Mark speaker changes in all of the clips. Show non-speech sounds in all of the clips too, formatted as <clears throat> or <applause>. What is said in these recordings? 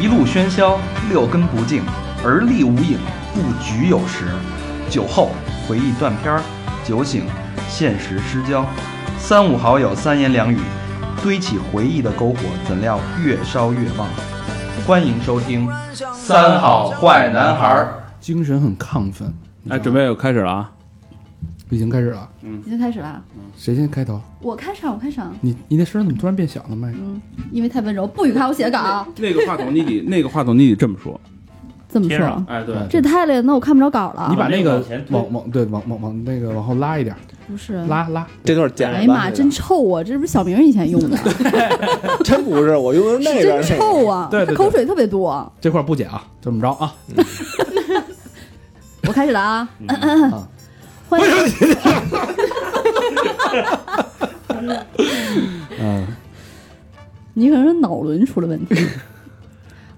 Speaker 1: 一路喧嚣，六根不净，而立无影，不局有时。酒后回忆断片儿，酒醒现实失焦。三五好友三言两语，堆起回忆的篝火，怎料越烧越旺。欢迎收听《三好坏男孩儿》。
Speaker 2: 精神很亢奋。
Speaker 3: 哎，准备开始了啊！
Speaker 2: 已经开始了，
Speaker 4: 已经开始了，啊
Speaker 2: 谁先开头？
Speaker 4: 我开场，我开场，
Speaker 2: 你你那声儿怎么突然变小了？麦克，
Speaker 4: 因为太温柔，不许看我写稿。
Speaker 3: 那个话筒你得，那个话筒你得这么说。
Speaker 4: 这么
Speaker 5: 贴上
Speaker 4: 说，
Speaker 3: 哎，对
Speaker 4: 这太累了，那我看不着稿
Speaker 2: 你
Speaker 4: 了。
Speaker 2: 把那个
Speaker 5: 啊往前推
Speaker 2: 往往对往往往那个往后拉一点，
Speaker 4: 不是，
Speaker 2: 拉拉。
Speaker 6: 这段假的。
Speaker 4: 哎呀妈，真臭啊！这是不是小明以前用的？
Speaker 6: <laughs> 真不是，我用的是那边
Speaker 4: 真
Speaker 6: 那个。
Speaker 4: 臭啊！
Speaker 2: 对对对
Speaker 4: 他口水特别多。
Speaker 2: 这块儿不假，这么着啊？
Speaker 4: 我开始了啊！
Speaker 2: 啊
Speaker 4: 欢迎
Speaker 2: 嗯，
Speaker 4: 你可能是脑轮出了问题。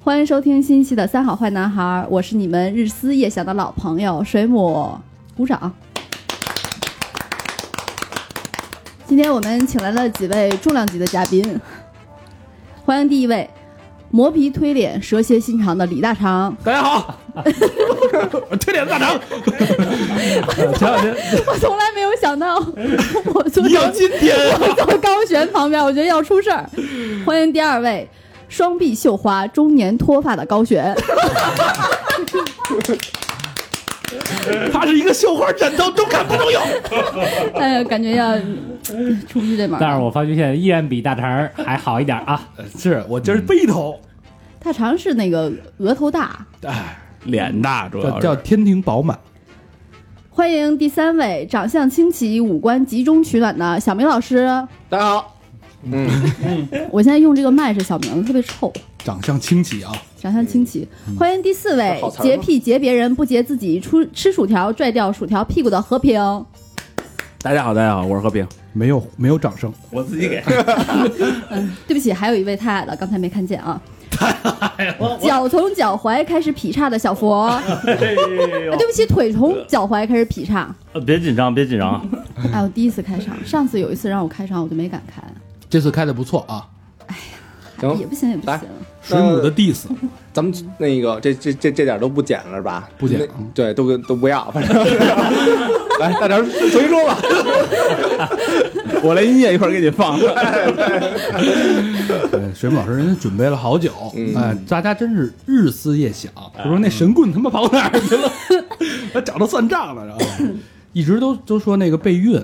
Speaker 4: 欢迎收听新一期的《三好坏男孩》，我是你们日思夜想的老朋友水母，鼓掌。今天我们请来了几位重量级的嘉宾，欢迎第一位磨皮推脸、蛇蝎心肠的李大肠。
Speaker 2: 大家好， <laughs> 我推脸
Speaker 5: <laughs>
Speaker 2: 大肠。前两天
Speaker 4: <laughs> 我从来没有想到，我坐
Speaker 2: <laughs> 你要今天啊
Speaker 4: 我坐高悬旁边，我觉得要出事儿。欢迎第二位双臂绣花、中年脱发的高悬。 <laughs>
Speaker 2: 他是一个绣花枕头，中看不中用。
Speaker 4: 哎呀，感觉要出不去这门儿。
Speaker 5: <laughs> 但是我发觉现在依然比大肠儿还好一点啊，
Speaker 2: 呃是我今儿背头，
Speaker 4: 大肠是那个额头大。
Speaker 3: 脸大主
Speaker 2: 叫
Speaker 3: 要
Speaker 2: 叫
Speaker 3: 是。
Speaker 2: 天庭饱满。
Speaker 4: 欢迎第三位长相清奇、五官集中取暖的小明老师。
Speaker 6: 大家好，嗯，
Speaker 4: 我现在用这个麦是小明的，特别臭。
Speaker 2: 长相清奇啊！
Speaker 4: 长相清奇，
Speaker 5: 嗯
Speaker 4: 欢迎第四位
Speaker 6: 这好词儿吗
Speaker 4: 洁癖洁别人不洁自己，出吃薯条拽掉薯条屁股的和平。
Speaker 3: 大家好，大家好，我是和平。
Speaker 2: 没有没有掌声，
Speaker 5: 我自己给。
Speaker 4: 嗯，对不起，还有一位太矮了，刚才没看见啊。脚从脚踝开始劈叉的小佛，啊
Speaker 5: 哎呦
Speaker 4: 对不起，腿从脚踝开始劈叉。
Speaker 5: 呃别紧张，别紧张啊！
Speaker 4: 哎，我第一次开场，上次有一次让我开场，我就没敢开，哎
Speaker 2: 这次开的不错啊。
Speaker 6: 行
Speaker 4: 也不行，也不行。
Speaker 2: 水母的 diss，
Speaker 6: 咱们那个这这这这点都不剪了是吧？
Speaker 2: 不剪
Speaker 6: 那
Speaker 2: 嗯
Speaker 6: 对，都都不
Speaker 2: <laughs>
Speaker 6: 要，反正。来，大点随说吧。
Speaker 3: 我来音乐一块儿给你放。
Speaker 2: <laughs> 对，水母老师人家准备了好久，
Speaker 6: 嗯
Speaker 2: 哎，大家真是日思夜想。我说那神棍他妈跑哪儿去了？他找他算账了，然后
Speaker 3: <coughs>
Speaker 2: 一直都都说那个备孕，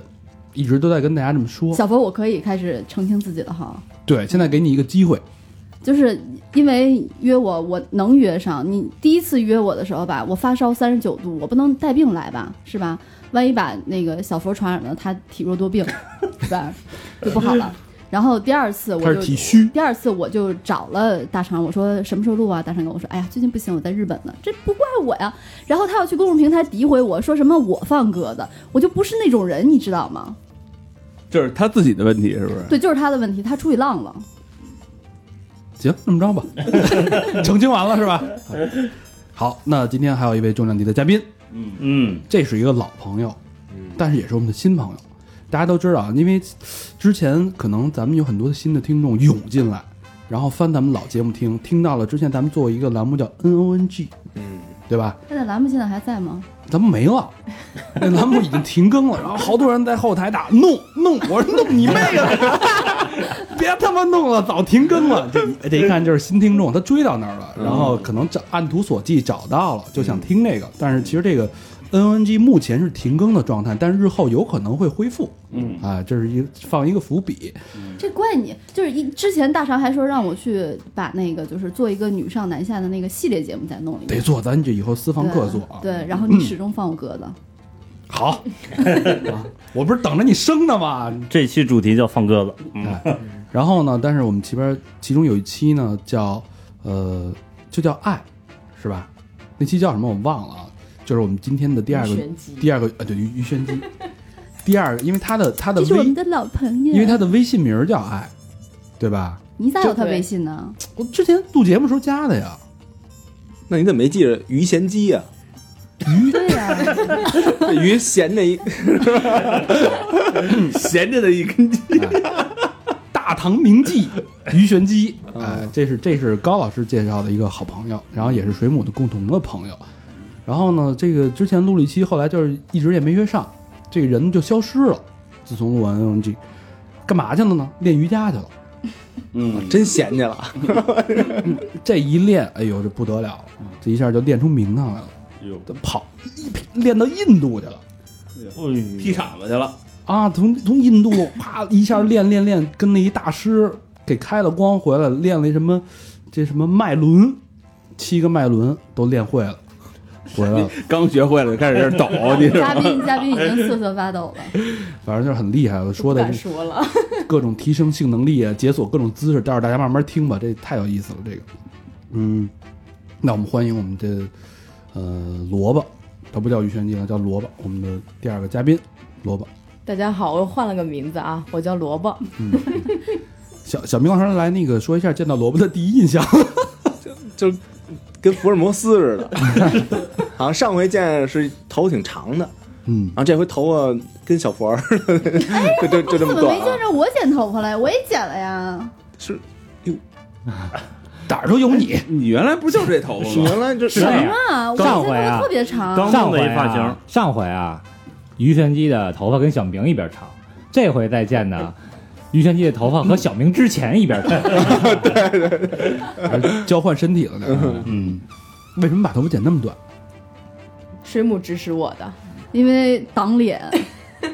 Speaker 2: 一直都在跟大家这么说。
Speaker 4: 小佛，我可以开始澄清自己了哈，
Speaker 2: 对，现在给你一个机会，
Speaker 4: 就是因为约我，我能约上你。第一次约我的时候吧，我发烧三十九度，我不能带病来吧，是吧？万一把那个小佛传染了，他体弱多病，是吧？就不好了。然后第二次我
Speaker 2: 他
Speaker 4: 就是
Speaker 2: 体虚，
Speaker 4: 第二次我就找了大肠，我说什么时候录啊？大肠跟我说，哎呀，最近不行，我在日本呢，这不怪我呀。然后他要去公众平台诋毁我说什么我放鸽子，我就不是那种人，你知道吗？
Speaker 3: 这是他自己的问题，是不是？
Speaker 4: 对，就是他的问题，他出去浪了。
Speaker 2: 行，这么着吧，澄清完了是吧？好，那今天还有一位重量级的嘉宾，
Speaker 5: 嗯，
Speaker 2: 这是一个老朋友，但是也是我们的新朋友。大家都知道啊，因为之前可能咱们有很多新的听众涌进来，然后翻咱们老节目听，听到了之前咱们做一个栏目叫 N O N G，
Speaker 6: 嗯，
Speaker 2: 对吧？
Speaker 4: 他在栏目现在还在吗？
Speaker 2: 咱们没了，那栏目已经停更了。然后好多人在后台打弄弄，我说弄你妹啊！ <laughs> 别他妈弄了，早停更了。这这一看就是新听众，他追到那儿了，然后可能找按图索骥找到了，就想听这个。但是其实这个 N N G 目前是停更的状态，但日后有可能会恢复。嗯啊，这是一个放一个伏笔。
Speaker 4: 这怪你，就是一之前大肠还说让我去把那个就是做一个女上男下的那个系列节目再弄一个，
Speaker 2: 得做，咱这以后私房课做啊。
Speaker 4: 对，对然后你始终放我鸽子，
Speaker 2: 好， <laughs> 啊我不是等着你生呢吗？
Speaker 5: 这期主题叫放鸽子。嗯，
Speaker 2: 哎，然后呢，但是我们这边其中有一期呢叫呃，就叫爱，是吧？那期叫什么我忘了啊，就是我们今天的第二个
Speaker 7: 鱼玄机
Speaker 2: 第二个呃对鱼鱼玄机， <laughs> 第二个，因为他的他的
Speaker 4: 这是我们啊
Speaker 2: 微
Speaker 4: 的老朋友。
Speaker 2: 因为他的微信名儿叫爱，对吧？
Speaker 4: 你咋有他
Speaker 7: 对
Speaker 4: 微信呢？
Speaker 2: 我之前录节目时候加的呀，
Speaker 6: 那你怎么没记着鱼咸鸡呀？
Speaker 4: 对呀、
Speaker 6: 这鱼咸那一
Speaker 3: 闲着的一根筋，
Speaker 2: 大大唐名妓鱼玄机，哎，这是这是高老师介绍的一个好朋友，然后也是水母的共同的朋友。然后呢，这个之前录了一期，后来就是一直也没约上，这个人就消失了。自从录完 OMG，干嘛去了呢？练瑜伽去了。
Speaker 6: 嗯，真闲去了，
Speaker 2: 这一练，哎呦，这不得了，
Speaker 3: 嗯
Speaker 2: 这一下就练出名堂来了。
Speaker 5: 哟，
Speaker 2: 这跑一练到印度去了
Speaker 3: 哎
Speaker 5: 劈
Speaker 3: 劈场子去了，
Speaker 2: 啊！从从印度啪一下练练练，跟那一大师给开了光回来，练了一什么这什么脉轮，七个脉轮都练会了，回来了，
Speaker 3: <laughs> 刚学会了就开始这抖，你知
Speaker 4: <laughs>
Speaker 3: 道
Speaker 4: 嘉
Speaker 3: 吗？
Speaker 4: 宾嘉宾已经瑟瑟发抖了，
Speaker 2: 反正就是很厉害了。说
Speaker 4: 不
Speaker 2: 的
Speaker 4: 敢说了。
Speaker 2: 各种提升性能力啊，解锁各种姿势，待会儿大家慢慢听吧，这太有意思了。这个，嗯，那我们欢迎我们的呃萝卜，他不叫于玄机了，叫萝卜，我们的第二个嘉宾萝卜。
Speaker 7: 大家好，我换了个名字啊，我叫萝卜。
Speaker 2: 小小明老师来那个说一下见到萝卜的第一印象，
Speaker 6: 就跟福尔摩斯似
Speaker 2: <laughs>
Speaker 6: 的。好像上回见是头挺长的，
Speaker 2: 嗯
Speaker 6: 然，后这回头发跟小佛儿 <laughs> 似的，就就就这
Speaker 4: 哎怎
Speaker 6: 么
Speaker 4: 么
Speaker 6: 短
Speaker 4: 没
Speaker 6: 啊、
Speaker 4: 见着我剪头发了？我也剪了呀。
Speaker 6: 是
Speaker 2: 哪儿都有你。
Speaker 3: 你原来不就是这头
Speaker 6: 是
Speaker 3: 发吗？
Speaker 6: 原来这
Speaker 8: 是
Speaker 6: 是
Speaker 8: 这
Speaker 4: 什
Speaker 8: 样
Speaker 4: 么。啊？我
Speaker 8: 上
Speaker 4: 头
Speaker 8: 回
Speaker 4: 发
Speaker 8: 啊
Speaker 4: 特别长，
Speaker 5: 刚
Speaker 8: 上回
Speaker 5: 弄了一发
Speaker 8: 啊
Speaker 5: 型，
Speaker 8: 上回啊，于玄机的头发跟小明一边长，这回再见呢，于玄机的头发和小明之前一边长。
Speaker 2: 还是交换身体了
Speaker 3: <laughs>
Speaker 2: 呢。
Speaker 5: 嗯，
Speaker 2: 为什么把头发剪那么短？
Speaker 7: 水母指使我的，
Speaker 4: 因为挡脸。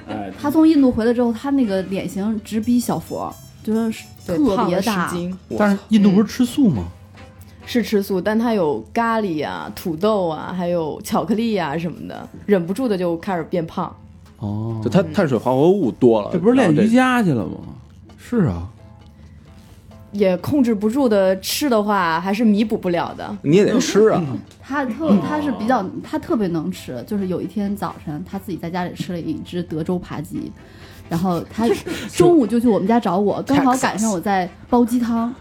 Speaker 3: 哎，
Speaker 4: 他从印度回来之后，他那个脸型直逼小佛，就是
Speaker 7: 对，
Speaker 4: 特
Speaker 7: 胖
Speaker 4: 别
Speaker 7: 了十
Speaker 4: 大。
Speaker 7: 斤，
Speaker 2: 但是印度不是吃素吗？
Speaker 7: 是吃素，但它有咖喱啊、土豆啊，还有巧克力啊什么的，忍不住的就开始变胖。
Speaker 2: 哦
Speaker 6: 就，它碳水化合物多了，
Speaker 3: 嗯这不是练
Speaker 6: 然后
Speaker 3: 瑜
Speaker 6: 这
Speaker 3: 伽去了吗？
Speaker 2: 是啊，
Speaker 7: 也控制不住的吃的话，还是弥补不了
Speaker 4: <laughs>
Speaker 7: 的。
Speaker 6: 你也得吃啊，
Speaker 4: 他特他是比较他特别能吃，就是有一天早晨他自己在家里吃了一只德州扒鸡，然后他中午就去我们家找我，刚好赶上我在煲鸡汤，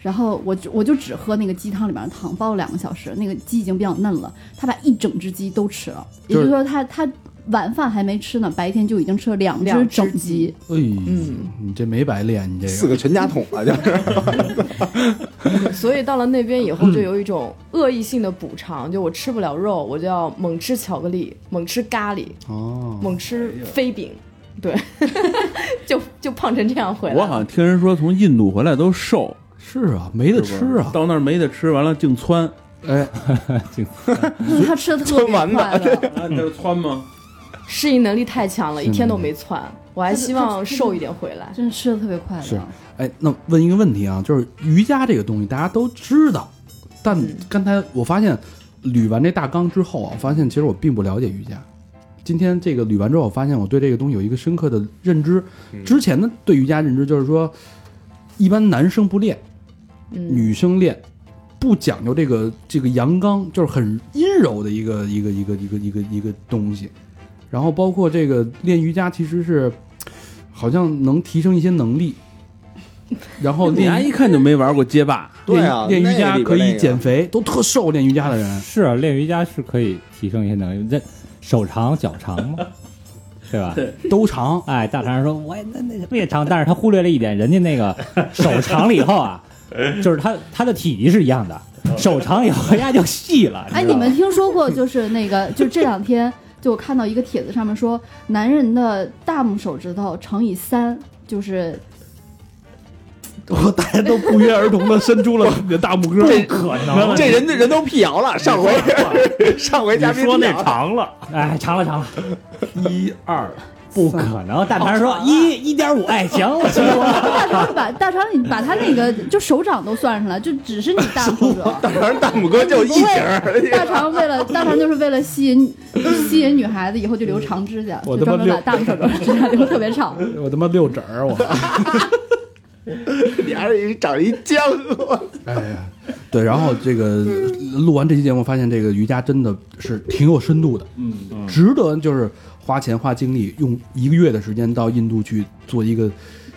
Speaker 4: 然后我就我就只喝那个鸡汤里面的汤，煲了两个小时，那个鸡已经比较嫩了，他把一整只鸡都吃了，也就是说他他晚饭还没吃呢，白天就已经吃了两只
Speaker 7: 两只
Speaker 4: 整
Speaker 7: 鸡
Speaker 4: 鸡，
Speaker 2: 哎，
Speaker 3: 嗯
Speaker 2: 你这没白练，你这
Speaker 6: 四个全家桶啊，就是
Speaker 7: 所以到了那边以后，就有一种呃恶意性的补偿，就我吃不了肉，我就要猛吃巧克力，猛吃咖喱，
Speaker 2: 哦，
Speaker 7: 猛吃飞饼，对， <laughs> 就 <laughs> 就胖成这样回来了。
Speaker 3: 我好像啊听人说从印度回来都瘦，
Speaker 2: 是啊，没得
Speaker 3: 是
Speaker 2: 吃
Speaker 3: 不是
Speaker 2: 啊。
Speaker 3: 到那儿没得吃，完了净窜， <laughs>
Speaker 2: 哎，
Speaker 4: 因为他吃的特别
Speaker 6: 完
Speaker 4: 快乐。
Speaker 3: 啊，你这窜吗？
Speaker 7: 适应能力太强了，
Speaker 2: 是
Speaker 7: 一天都没窜。我还希望瘦一点回来。
Speaker 4: 真的吃的特别快
Speaker 2: 是
Speaker 4: 乐，
Speaker 2: 哎，那问一个问题啊，就是瑜伽这个东西大家都知道，但刚才我发现捋完这大纲之后啊，我发现其实我并不了解瑜伽。今天这个捋完之后，我发现我对这个东西有一个深刻的认知。之前的对瑜伽认知就是说，一般男生不练，
Speaker 7: 嗯，
Speaker 2: 女生练，不讲究这个这个阳刚，就是很阴柔的一个一个一个一个一个一个东西。然后包括这个练瑜伽，其实是好像能提升一些能力。然后
Speaker 3: 你丫
Speaker 2: 练
Speaker 3: 一看就没玩过街霸，
Speaker 6: 对啊，
Speaker 2: 练练瑜
Speaker 6: 那
Speaker 2: 伽
Speaker 6: 里边
Speaker 2: 可
Speaker 6: 那
Speaker 2: 以
Speaker 6: 个
Speaker 2: 减肥，都特瘦练瑜伽的人。
Speaker 8: 是啊，练瑜伽是可以提升一些能力，这手长脚长嘛，对吧？
Speaker 2: 都长，
Speaker 8: 哎，大肠说，我也那那我也长，但是他忽略了一点，人家那个手长了以后啊，就是他他的体积是一样的，手长以后呀就细了。
Speaker 4: 哎，
Speaker 8: 知道
Speaker 4: 你
Speaker 8: 吗
Speaker 4: 们听说过就是那个， <laughs> 就这两天就我看到一个帖子，上面说男人的大拇手指头乘以三，就是
Speaker 2: 我大家都不约而同的伸出了你的大拇哥。
Speaker 8: 不可能，
Speaker 6: 这人人都辟谣了，上回 <laughs> 上回嘉
Speaker 5: 你
Speaker 6: 宾
Speaker 5: 说那
Speaker 6: 辟谣了
Speaker 5: 长了，
Speaker 8: 哎长了长了，
Speaker 2: 一二，
Speaker 8: 不可能。大肠说一一点五，哎行，我行
Speaker 4: <laughs> 大
Speaker 8: 了。
Speaker 4: 肠把大肠你把他那个就手掌都算上来，就只是你大
Speaker 2: <laughs>
Speaker 4: 拇指头。
Speaker 6: 大肠大拇哥就一
Speaker 4: 不
Speaker 6: 节儿，
Speaker 4: 会，大肠为了大肠就是为了吸引吸引女孩子，以后就留长指甲，
Speaker 2: 我
Speaker 4: 就
Speaker 2: 他妈
Speaker 4: 专门把大拇手指甲留特别长。
Speaker 2: 我他妈六指儿我。
Speaker 6: 你还是长一僵。
Speaker 2: 哎呀，对，然后这个录完这期节目，发现这个瑜伽真的是挺有深度的，嗯，值得就是花钱花精力，用一个月的时间到印度去做一个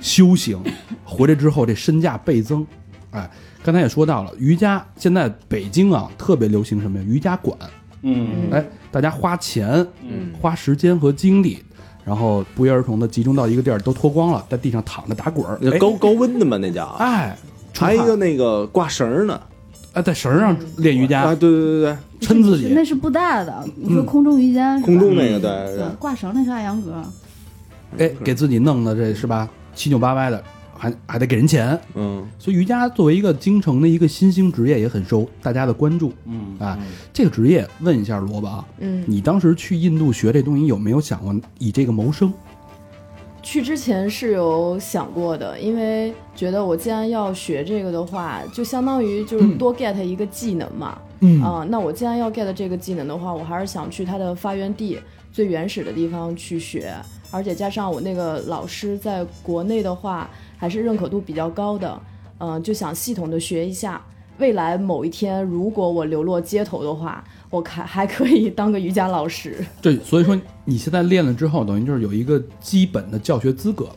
Speaker 2: 修行，回来之后这身价倍增。哎，刚才也说到了，瑜伽现在北京啊特别流行什么呀？瑜伽馆，
Speaker 1: 嗯
Speaker 7: 嗯
Speaker 2: 哎，大家花钱，
Speaker 7: 嗯
Speaker 2: 花时间和精力，然后不约而同的集中到一个地儿，都脱光了，在地上躺着打滚儿，
Speaker 6: 那
Speaker 2: 哎
Speaker 6: 高高温的嘛，那叫。
Speaker 2: 哎，出
Speaker 6: 还有一
Speaker 2: 汗
Speaker 6: 个那个挂绳儿呢，
Speaker 2: 哎在绳上练瑜
Speaker 6: 啊，
Speaker 2: 伽，
Speaker 6: 对对对对，
Speaker 2: <laughs> 抻自己嗯
Speaker 4: 那是布袋的。你说空中瑜伽是吧，
Speaker 6: 空中那个，对对
Speaker 4: 对
Speaker 6: 对，
Speaker 4: 挂绳那是艾扬格，
Speaker 2: 哎，给自己弄的这是吧七扭八歪的，还还得给人钱，
Speaker 6: 嗯，
Speaker 2: 所以瑜伽作为一个京城的一个新兴职业，也很受大家的关注。
Speaker 3: 嗯
Speaker 2: 啊，这个职业，问一下萝卜啊，
Speaker 7: 嗯，
Speaker 2: 你当时去印度学这东西，有没有想过以这个谋生？
Speaker 7: 去之前是有想过的，因为觉得我既然要学这个的话，就相当于就是多 get 一个技能嘛。
Speaker 2: 嗯
Speaker 7: 啊、那我既然要 get 这个技能的话，我还是想去它的发源地最原始的地方去学，而且加上我那个老师在国内的话还是认可度比较高的，嗯、就想系统的学一下。未来某一天，如果我流落街头的话，我还还可以当个瑜伽老师。
Speaker 2: 对，所以说你现在练了之后，等于就是有一个基本的教学资格。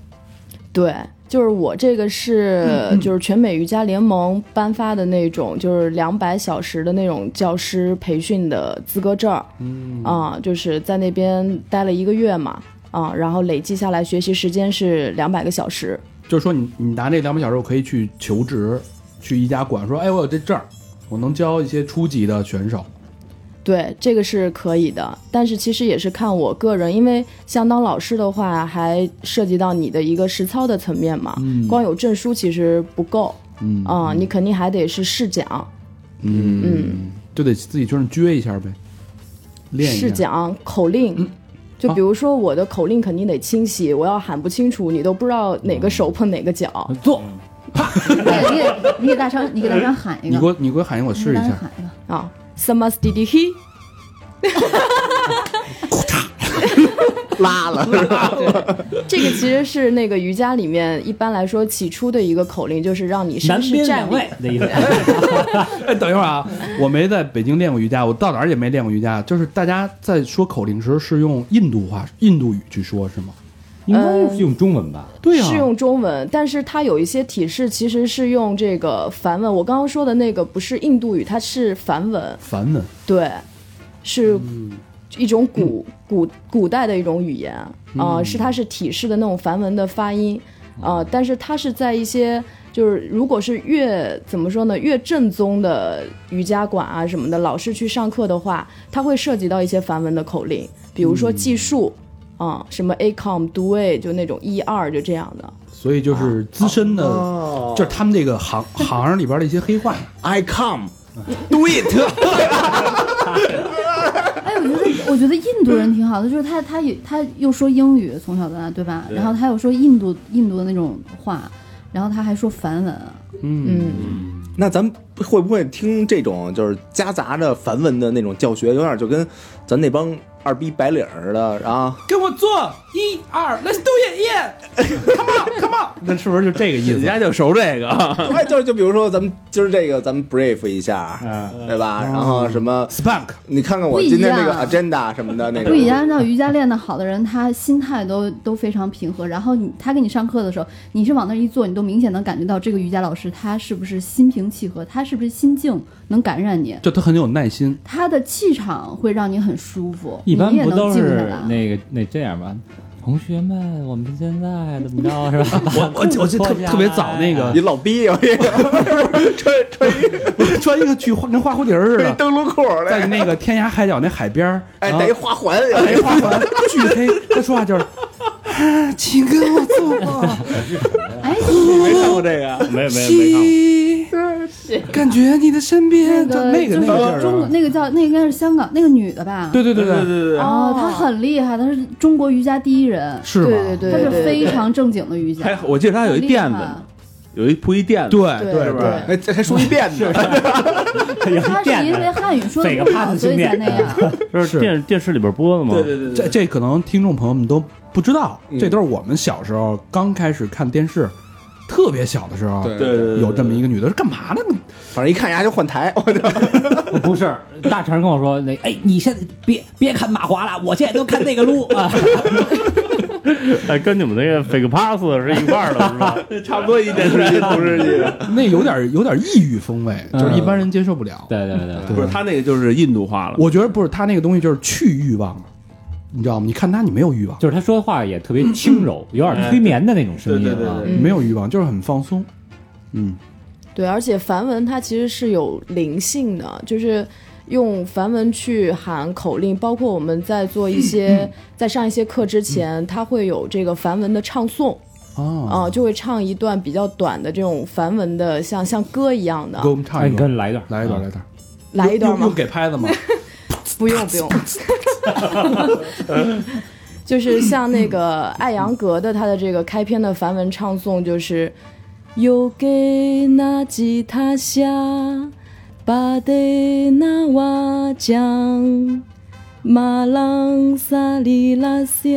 Speaker 7: 对，就是我这个是、
Speaker 2: 嗯
Speaker 7: 就是全美瑜伽联盟颁发的那种，就是两百小时的那种教师培训的资格证儿。嗯啊、就是在那边待了一个月嘛，啊、然后累计下来学习时间是两百个小时。
Speaker 2: 就是说你，你拿这两百小时，我可以去求职，去一家馆说，哎，我有这证儿，我能教一些初级的选手。
Speaker 7: 对，这个是可以的，但是其实也是看我个人，因为像当老师的话，还涉及到你的一个实操的层面嘛。
Speaker 2: 嗯
Speaker 7: 光有证书其实不够
Speaker 2: 嗯
Speaker 7: 啊、你肯定还得是试讲。
Speaker 2: 嗯，
Speaker 7: 嗯
Speaker 2: 就得自己就是撅一下呗，练
Speaker 7: 是
Speaker 2: 一下。嗯
Speaker 7: 讲口令。就比如说我的口令肯定得清晰，我要喊不清楚，你都不知道哪个手碰哪个脚。
Speaker 2: 嗯坐，
Speaker 4: 你给你给你给大昌，你给大昌喊一
Speaker 2: 你
Speaker 4: 个
Speaker 2: 给，我你给我喊一个，我试一
Speaker 4: 你给
Speaker 2: 下
Speaker 4: 大昌。喊一个。
Speaker 7: 啊 s a m a s t i d i h
Speaker 2: <laughs>
Speaker 7: i
Speaker 6: 拉
Speaker 7: <laughs>
Speaker 6: 了是吧？
Speaker 7: 这个其实是那个瑜伽里面一般来说起初的一个口令，就是让你
Speaker 8: 南
Speaker 7: 绅士
Speaker 8: 边
Speaker 7: 站
Speaker 8: 两
Speaker 7: 立
Speaker 8: 位。的意思。
Speaker 4: 呃
Speaker 2: 哎，等一会儿啊，我没在北京练过瑜伽，我到哪儿也没练过瑜伽。就是大家在说口令时是用印度话、印度语去说，是吗？
Speaker 8: 应该是用中文吧？
Speaker 2: 对啊，
Speaker 7: 是用中文，但是它有一些体式其实是用这个梵文。我刚刚说的那个不是印度语，它是梵文，
Speaker 2: 梵文。
Speaker 7: 对，是一种古、古古代的一种语言啊、呃是它是体式的那种梵文的发音啊、呃但是它是在一些就是如果是越怎么说呢，越正宗的瑜伽馆啊什么的，老师去上课的话，它会涉及到一些梵文的口令，比如说计数。啊、什么 a com do a 就那种一二就这样的，
Speaker 2: 所以就是资深的，
Speaker 6: 哦
Speaker 2: <laughs> 就是他们这个行行里边的一些黑话。
Speaker 6: ，I come do it，
Speaker 4: 哎，我觉得我觉得印度人挺好的，就是他他有他又说英语，从小到大对吧？然后他又说印度印度的那种话，然后他还说梵文，
Speaker 7: 嗯，
Speaker 6: 那咱们会不会听这种就是夹杂着梵文的那种教学，有点就跟咱那帮二逼白领儿似的，然后
Speaker 2: 跟我做一二，Let's do it, yeah，Come on，Come on。那是不是就这个意 <laughs>
Speaker 3: 人
Speaker 2: 思？
Speaker 3: 家就熟这个，
Speaker 6: 哎，就是就比如说咱们今儿这个咱们 brief 一下，
Speaker 2: 呃
Speaker 6: 对
Speaker 2: 啊
Speaker 6: 吧？然后什么
Speaker 2: Spunk，
Speaker 6: 你看看我今天这个 agenda 什么的
Speaker 2: 哎
Speaker 6: 那种，
Speaker 4: 不以前按照瑜伽练得好的人，他心态都都非常平和。然后你他给你上课的时候，你是往那儿一坐，你都明显能感觉到这个瑜伽老师他是不是心平气和，他是不是心境能感染你，
Speaker 2: 就他很有耐心。 <coughs>
Speaker 4: 他的气场会让你很舒服，
Speaker 8: 一般
Speaker 4: 你也
Speaker 8: 不都
Speaker 4: 能静下
Speaker 8: 是
Speaker 4: 来。
Speaker 8: 那个那这样吧？同学们，我们现在怎么 <laughs> 着是吧？
Speaker 2: 我我我记
Speaker 8: <laughs>
Speaker 2: 得特特别早那个
Speaker 6: 一老逼有一个穿穿一
Speaker 2: 穿一个去花跟花蝴蝶似
Speaker 6: 穿一
Speaker 2: 的，
Speaker 6: 灯笼裤儿
Speaker 2: 在
Speaker 6: 的，
Speaker 2: 那个天涯海角那海边儿，
Speaker 6: 哎，
Speaker 2: 然后
Speaker 6: 戴一花环有一
Speaker 2: 白啊
Speaker 6: <laughs>
Speaker 2: 花环，巨黑。他说话就是，啊请跟我做吧。
Speaker 4: 哎，
Speaker 6: 没看过这个，
Speaker 5: 没没没
Speaker 4: <laughs>
Speaker 5: 看过。
Speaker 2: 七， <laughs> 感觉你的身边 <laughs> 就那个那
Speaker 4: 就
Speaker 2: 个劲
Speaker 4: 是
Speaker 2: 儿
Speaker 4: 中国
Speaker 2: 啊。
Speaker 4: 那个叫那个应该是香港那个女的吧？
Speaker 2: 对对对对对，
Speaker 4: 哦，她很厉害，她是中国瑜伽第一人，
Speaker 2: 是吗？
Speaker 7: 对对对
Speaker 4: 她
Speaker 7: 对
Speaker 4: 是
Speaker 7: 对，
Speaker 4: 非常正经的瑜伽
Speaker 3: 还。我记得他有一垫子
Speaker 4: 啊
Speaker 3: 呢，有一铺一垫子，
Speaker 2: 对
Speaker 7: 对
Speaker 2: 对
Speaker 7: 对
Speaker 2: 吧？
Speaker 6: 哎，这还说一遍
Speaker 2: <laughs>
Speaker 6: 呢，
Speaker 4: 她是因为汉语说的不好，所以才那样。
Speaker 5: 就是电电视里边播的嘛。对对对，
Speaker 2: 这这可能听众朋友们都不知道，
Speaker 6: 嗯
Speaker 2: 这都是我们小时候刚开始看电视，特别小的时候。
Speaker 6: 对
Speaker 3: 对对，
Speaker 2: 有这么一个女的，是干嘛呢？
Speaker 6: 反正一看人家就换台，我就
Speaker 8: 不是，大成跟我说那，哎，你现在别别看马华了，我现在都看那个撸啊。
Speaker 5: 哎，跟你们那个 fake pass 是一块儿的，是吧？
Speaker 6: 差不多一电视剧
Speaker 3: <laughs>
Speaker 6: 同时剧，
Speaker 2: 那有点有点异域风味，就是一般人接受不了。
Speaker 8: <laughs> 对对对，
Speaker 2: 对
Speaker 3: 不是他那个就是印度化了，
Speaker 2: 我觉得不是，他那个东西就是去欲望了，你知道吗？你看他，你没有欲望，
Speaker 8: 就是他说话也特别轻柔，有
Speaker 5: 哎
Speaker 8: 点催眠的那种声音
Speaker 1: 对对
Speaker 8: 啊
Speaker 1: 对。
Speaker 7: 嗯
Speaker 2: 没有欲望，就是很放松。嗯，
Speaker 7: 对，而且梵文它其实是有灵性的，就是用梵文去喊口令，包括我们在做一些在上一些课之前，它会有这个梵文的唱诵啊、
Speaker 2: 哦，
Speaker 7: 就会唱一段比较短的这种梵文的，像像歌一样的
Speaker 2: 给，我们
Speaker 8: 哎，
Speaker 2: 唱一
Speaker 8: 你
Speaker 2: 段，
Speaker 8: 跟来一段，
Speaker 2: 来一段，
Speaker 8: 啊
Speaker 2: 来一段，
Speaker 7: 来一段
Speaker 2: 用用
Speaker 7: 吗？
Speaker 2: 给拍子吗？
Speaker 7: 不用不用，
Speaker 4: <clears throat>
Speaker 7: 就是像那个艾扬格的他的这个开篇的梵文唱诵就是。又给那吉他下，巴得那瓦江，马朗萨里拉夏，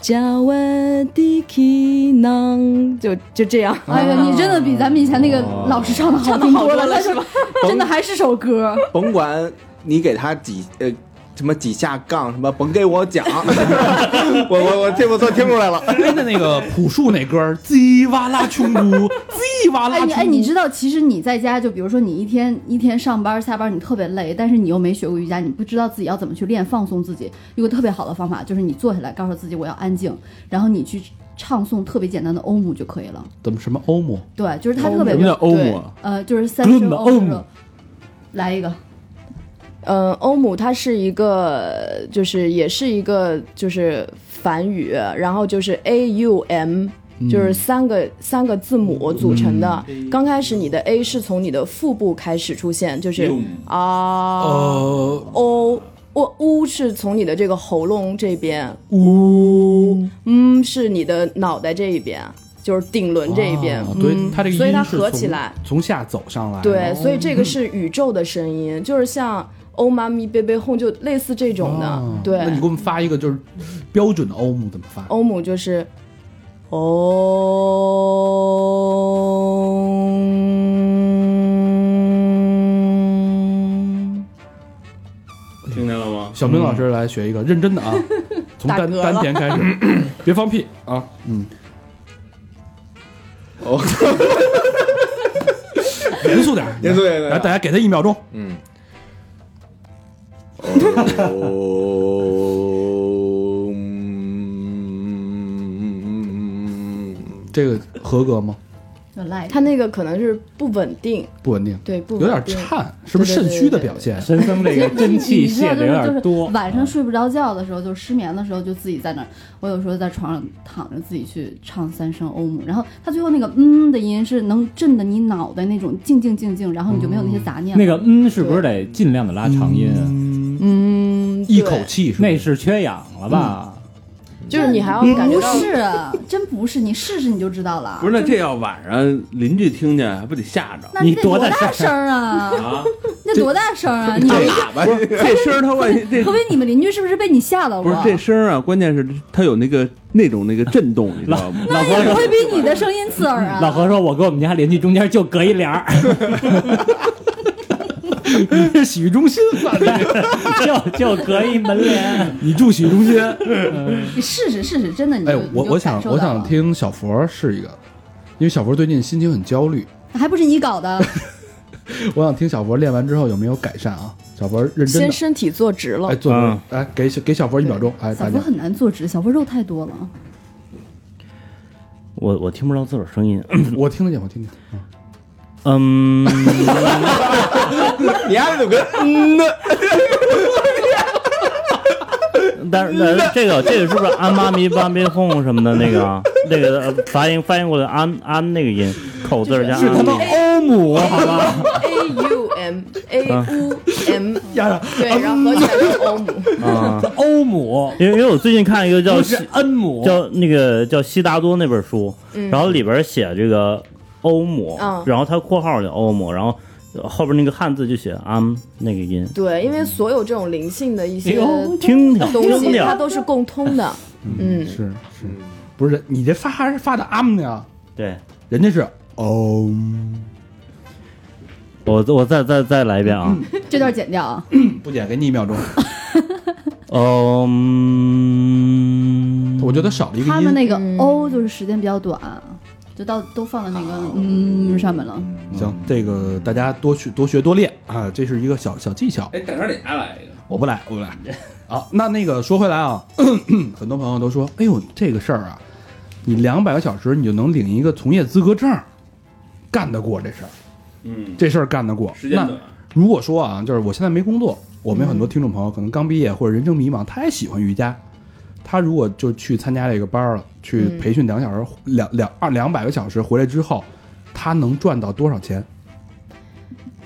Speaker 7: 加万迪基囊，就就这样。
Speaker 4: 哎呀，你真的比咱们以前那个老师唱的 <laughs> 好听多了，
Speaker 7: <laughs>
Speaker 4: 是吧？真的还是首歌，
Speaker 6: <laughs> 甭管你给他几呃什么几下杠什么，甭给我 <laughs> 讲，我我我这我算听出 <laughs> 来了。
Speaker 2: 哎，那那个朴树那歌儿叽哇啦穷咕，叽哇啦
Speaker 4: 哎
Speaker 2: 穷
Speaker 4: 你
Speaker 2: 咕。
Speaker 4: 哎，你知道，其实你在家，就比如说你一天一天上班下班，你特别累，但是你又没学过瑜伽，你不知道自己要怎么去练放松自己。有个特别好的方法，就是你坐下来，告诉自己我要安静，然后你去唱诵特别简单的欧姆就可以了。
Speaker 2: 怎么什么欧姆？
Speaker 4: 对，就是它特别
Speaker 3: 什么叫欧姆啊？
Speaker 4: 呃，就是三声
Speaker 8: 论
Speaker 4: 欧
Speaker 8: 欧姆
Speaker 4: 姆，来一个，
Speaker 7: 嗯，欧姆它是一个，就是也是一个就是梵语，然后就是 A U M，、就是三个三个字母组成的。刚开始你的 A 是从你的腹部开始出现，就是啊、
Speaker 2: 呃，
Speaker 7: o 我 u 是从你的这个喉咙这边，呜嗯是你的脑袋这一边，就是顶轮这一边，
Speaker 2: 哦
Speaker 7: 嗯
Speaker 2: 对，它这个
Speaker 7: 所以
Speaker 2: 音
Speaker 7: 它
Speaker 2: 是
Speaker 7: 合起
Speaker 2: 从
Speaker 7: 来，
Speaker 2: 从下走上来。啊
Speaker 7: 对，所以这个是宇宙的
Speaker 2: <laughs>
Speaker 7: 声音，就是像欧妈咪贝贝哄，就类似这种的。
Speaker 2: 哦那你
Speaker 7: 嗯对哦
Speaker 2: 给，我们发一个就是标准的欧姆怎么发？
Speaker 7: 欧姆就是
Speaker 2: 哦
Speaker 7: 嗡，
Speaker 5: 听见了吗？
Speaker 2: 小明老师来学一个，认真
Speaker 7: <laughs>
Speaker 2: 的啊，从
Speaker 7: 打
Speaker 2: 丹
Speaker 7: 嗝
Speaker 2: 丹
Speaker 7: 了
Speaker 2: 田开始，
Speaker 7: <laughs>
Speaker 2: 别放屁啊！嗯，
Speaker 6: 哦，
Speaker 2: 严肃点儿，
Speaker 6: 严肃点严肃点
Speaker 2: 来，大家给他一秒钟。
Speaker 6: 嗯。哦嗯
Speaker 2: 这个合格吗？
Speaker 4: 就来一个
Speaker 7: 它。那个可能是不稳定，
Speaker 2: 不稳定，
Speaker 7: 对，不
Speaker 2: 有点
Speaker 7: 稳定。
Speaker 2: 颤，是不是
Speaker 7: 对
Speaker 2: 肾
Speaker 7: 对对
Speaker 2: 虚的
Speaker 7: 对
Speaker 2: 表现？
Speaker 8: 神僧这个真气
Speaker 4: 你知道
Speaker 8: 泄
Speaker 4: 就
Speaker 8: 的
Speaker 4: 是
Speaker 8: 有
Speaker 4: 就是
Speaker 8: 点多，
Speaker 4: 晚上睡不着觉的时候，就失眠的时候，就自己在那儿。我有时候在床上躺着自己去唱三声欧姆，然后他最后那个嗯的音是能震得你脑袋那种静静静静，然后你就没有那些杂念了。
Speaker 8: 那个嗯，是不是得尽量的拉长音啊？
Speaker 7: 嗯，
Speaker 2: 一
Speaker 7: 对
Speaker 2: 口气是吧
Speaker 8: 那是缺氧了
Speaker 5: 嗯
Speaker 8: 吧？
Speaker 7: 就是你还要感觉
Speaker 2: 嗯
Speaker 4: 不
Speaker 7: 到，
Speaker 4: 是，真不是，你试试你就知道了。
Speaker 3: 不是，那这要晚上邻居听见，还不得吓着？
Speaker 4: 那你
Speaker 8: 你
Speaker 4: 得
Speaker 8: 多大
Speaker 4: 大声啊？那多大声啊？你
Speaker 6: 这
Speaker 4: 们
Speaker 6: 喇叭，
Speaker 3: 这声儿他万一
Speaker 4: <laughs>
Speaker 3: 这
Speaker 4: 何为你们邻居是不是被你吓到
Speaker 3: 不
Speaker 4: 过
Speaker 3: 是？这声儿啊，关键是它有那个那种那个震动，你知道吗？
Speaker 4: 那也不 <laughs> 会比你的声音刺耳啊！
Speaker 8: 老何说：“我跟我们家邻居中间就隔一帘儿，
Speaker 2: 你是 <laughs> 洗浴中心吧？
Speaker 8: 就 <laughs> 就隔一门帘。
Speaker 2: 你住洗浴中心？
Speaker 4: 你试试试试，真的你就
Speaker 2: 哎，我我想我想，
Speaker 4: 你就感受
Speaker 2: 听小佛试一个，因为小佛最近心情很焦虑，
Speaker 4: 到了 <laughs> 还不是你搞的？
Speaker 2: 我想听小佛练完之后有没有改善啊？小佛认真
Speaker 7: 先
Speaker 2: 的，
Speaker 7: 身体坐直了
Speaker 2: 哎，。坐
Speaker 5: 嗯
Speaker 2: 着，哎，给小给小佛一秒钟，哎，
Speaker 4: 小
Speaker 2: 大
Speaker 4: 佛
Speaker 2: 家
Speaker 4: 很难坐直，小佛肉太多了。
Speaker 5: <laughs> 我我听不着自个儿声音。
Speaker 2: 我听得见，我听得见。
Speaker 5: 嗯，
Speaker 6: <laughs> 你丫怎么跟嗯呢？
Speaker 5: 但是但是这个这个是不是安妈咪巴咪哄什么的那个啊？那个呃发音翻译过来安安那个音，口字儿加安那个音。
Speaker 8: 欧姆，好吧，
Speaker 7: A U M A
Speaker 5: 啊
Speaker 7: U
Speaker 2: <laughs>
Speaker 7: M，对，然后合起来就是欧姆。
Speaker 5: 啊，
Speaker 8: 欧姆
Speaker 5: 因为因为我最近看一个叫
Speaker 8: 不
Speaker 5: 西
Speaker 8: 是恩姆，
Speaker 5: 叫那个叫悉达多那本书，然后里边写这个欧姆
Speaker 7: 嗯，
Speaker 5: 然后它括号里欧姆，然后后边那个汉字就写安那个音。
Speaker 7: 对，因为所有这种灵性的一些
Speaker 8: 呦
Speaker 5: 听听
Speaker 7: 东
Speaker 5: 听
Speaker 7: 西，
Speaker 5: 听
Speaker 7: 它，都是共通的。嗯，
Speaker 2: 是是，不是你这发还是发的啊姆呢？
Speaker 5: 对
Speaker 2: 人家是哦，
Speaker 5: 我我再再再来一遍
Speaker 2: 嗯
Speaker 5: 啊，
Speaker 4: <laughs> 这段剪掉啊！
Speaker 2: 不剪，给你一秒钟。
Speaker 5: 哦嗯，
Speaker 2: 我觉得少了一个
Speaker 4: 他
Speaker 2: 音。
Speaker 4: 们那个 O 就是时间比较短，就到都放在那个嗯上面了。
Speaker 2: 行，这个大家多学多学多练啊，这是一个小小技巧。
Speaker 3: 哎，大哥，你来一个，
Speaker 2: 我不来，我不来。好，那那个说回来啊， <clears throat> 很多朋友都说，哎呦，这个事儿啊，你两百个小时你就能领一个从业资格证儿，干得过这事儿，
Speaker 3: 嗯，
Speaker 2: 这事儿干得过。
Speaker 3: 时间
Speaker 2: 那
Speaker 3: 短，
Speaker 2: 如果说啊，就是我现在没工作，我们有很多听众朋友可能刚毕业或者人生迷茫，他也喜欢瑜伽，他如果就去参加这个班儿了，去
Speaker 7: 嗯
Speaker 2: 培训两小时、两两二两百个小时回来之后，他能赚到多少钱？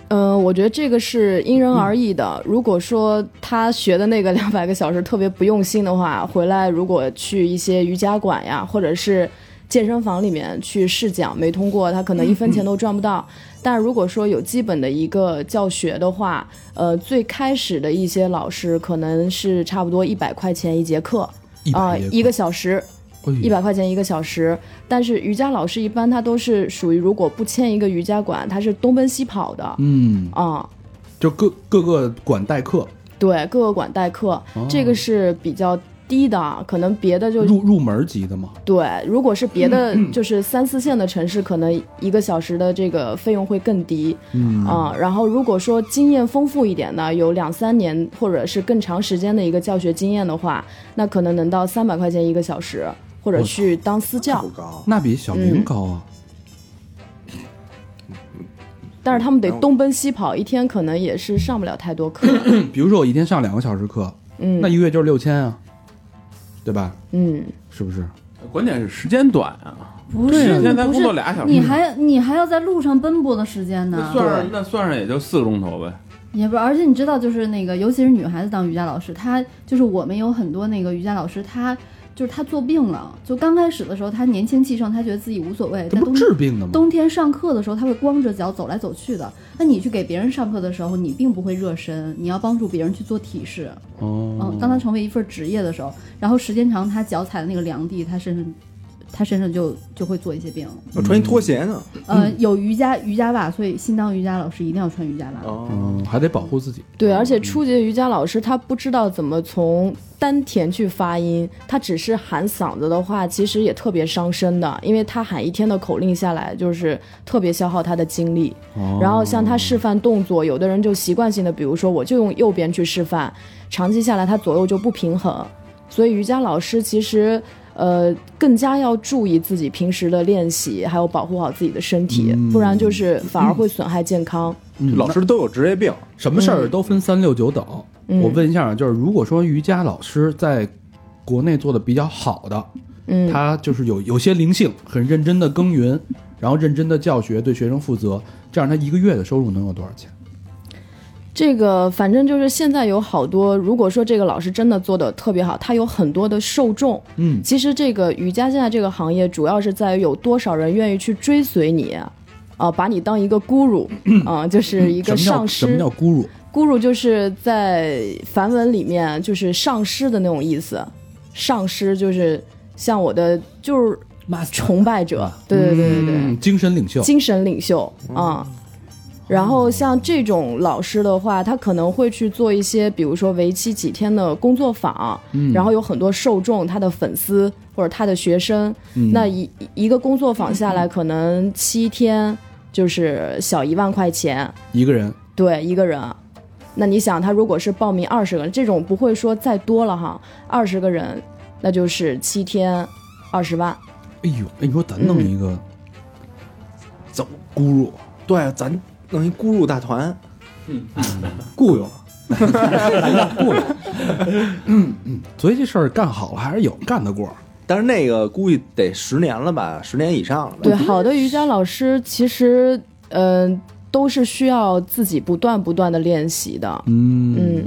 Speaker 7: 嗯，我觉得这个是因人而异的。如果说他学的那个两百个小时特别不用心的话，回来如果去一些瑜伽馆呀，或者是健身房里面去试讲没通过，他可能一分钱都赚不到。但如果说有基本的一个教学的话，呃，最开始的一些老师可能是差不多一百块钱一节课
Speaker 2: 一
Speaker 7: 啊、
Speaker 2: 百哎
Speaker 7: 一个小时，
Speaker 2: 嗯
Speaker 7: 一百块钱一个小时，但是瑜伽老师一般他都是属于如果不签一个瑜伽馆，他是东奔西跑的，
Speaker 2: 嗯，
Speaker 7: 啊、
Speaker 2: 就各各个管代课
Speaker 7: 对，各个馆代课，这个是比较低的，可能别的就
Speaker 2: 哦入嗯入门级的嘛，
Speaker 7: 对，如果是别的就是三四线的城市，可能一个小时的这个费用会更低
Speaker 2: 嗯
Speaker 7: 啊、然后如果说经验丰富一点的，有两三年或者是更长时间的一个教学经验的话，那可能能到三百块钱一个小时，或者
Speaker 2: 我操
Speaker 7: 去当私教
Speaker 6: 不，高，
Speaker 2: 那比小明
Speaker 7: 嗯
Speaker 2: 高啊。
Speaker 7: 但是他们得东奔西跑，一天可能也是上不了太多课。
Speaker 2: 比如说我一天上两个小时课，
Speaker 7: 嗯
Speaker 2: 那一个月就是六千啊，对吧？
Speaker 7: 嗯，
Speaker 2: 是不是？
Speaker 3: 关键是时间短啊，
Speaker 4: 不
Speaker 3: 对啊
Speaker 4: 是，
Speaker 3: 现在
Speaker 4: 不
Speaker 3: 工作
Speaker 4: 是，
Speaker 3: 俩小时，
Speaker 4: 你还你还要在路上奔波的时间
Speaker 3: 那
Speaker 4: 呢，
Speaker 3: 算上那算上也就四个钟头呗。
Speaker 4: 也不是，而且你知道，就是那个，尤其是女孩子当瑜伽老师，她就是我们有很多那个瑜伽老师，她就是她做病了，就刚开始的时候，她年轻气盛，她觉得自己无所谓，
Speaker 2: 这
Speaker 4: 在
Speaker 2: 不
Speaker 4: 冬
Speaker 2: 是治病的吗？
Speaker 4: 冬天上课的时候，她会光着脚走来走去的。那你去给别人上课的时候，你并不会热身，你要帮助别人去做体式。
Speaker 2: 哦
Speaker 4: 嗯，，当她成为一份职业的时候，然后时间长，她脚踩的那个凉地，她身上，她身上就就会做一些病。
Speaker 6: 我穿一拖鞋呢。
Speaker 4: 呃，有瑜伽瑜伽袜，所以新当瑜伽老师一定要穿瑜伽袜。
Speaker 6: 哦，
Speaker 2: 嗯，还得保护自己。
Speaker 7: 对，而且初级的瑜伽老师他不知道怎么从丹田去发音，他只是喊嗓子的话，其实也特别伤身的，因为他喊一天的口令下来，就是特别消耗他的精力。
Speaker 2: 哦
Speaker 7: 然后像他示范动作，有的人就习惯性的，比如说我就用右边去示范，长期下来他左右就不平衡，所以瑜伽老师其实呃更加要注意自己平时的练习，还有保护好自己的身体，
Speaker 2: 嗯
Speaker 7: 不然就是反而会损害健康。
Speaker 6: 老师都有职业病，
Speaker 2: 什么事儿都分三六九等。
Speaker 7: 嗯
Speaker 2: 我问一下，就是如果说瑜伽老师在国内做的比较好的，
Speaker 7: 嗯，
Speaker 2: 他就是有有些灵性，很认真的耕耘，然后认真的教学，对学生负责，这样他一个月的收入能有多少钱？
Speaker 7: 这个反正就是现在有好多，如果说这个老师真的做的特别好，他有很多的受众。
Speaker 2: 嗯，
Speaker 7: 其实这个瑜伽现在这个行业，主要是在于有多少人愿意去追随你，啊、把你当一
Speaker 2: <coughs>
Speaker 7: 个 guru，啊、就是一
Speaker 2: 什
Speaker 7: 个
Speaker 2: 么叫
Speaker 7: 上
Speaker 2: 什么
Speaker 7: 师
Speaker 2: 叫。guru？
Speaker 7: guru 就是在梵文里面就是上师的那种意思，上师就是像我的就是崇拜者，对对对对对。
Speaker 2: 啊嗯，精神领袖。
Speaker 7: 精神领袖啊。然后像这种老师的话，他可能会去做一些，比如说为期几天的工作坊，然后有很多受众，他的粉丝或者他的学生，那一一个工作坊下来，可能七天就是小一万块钱，
Speaker 2: 一个人，
Speaker 7: 对一个人。那你想，他如果是报名二十个人，这种不会说再多了哈，二十个人，那就是七天二十万。
Speaker 2: 哎呦，哎，你说咱弄一个，
Speaker 7: 嗯
Speaker 2: 走 guru，
Speaker 6: 对啊，咱弄一咕噜大团，
Speaker 2: 雇佣。雇佣，嗯嗯，所以这事儿干好了还是有干得过。
Speaker 6: 但是那个估计得十年了吧，十年以上了吧。
Speaker 7: 对，
Speaker 3: 啊
Speaker 7: 好的瑜伽老师其实，嗯、都是需要自己不断不断的练习的。嗯，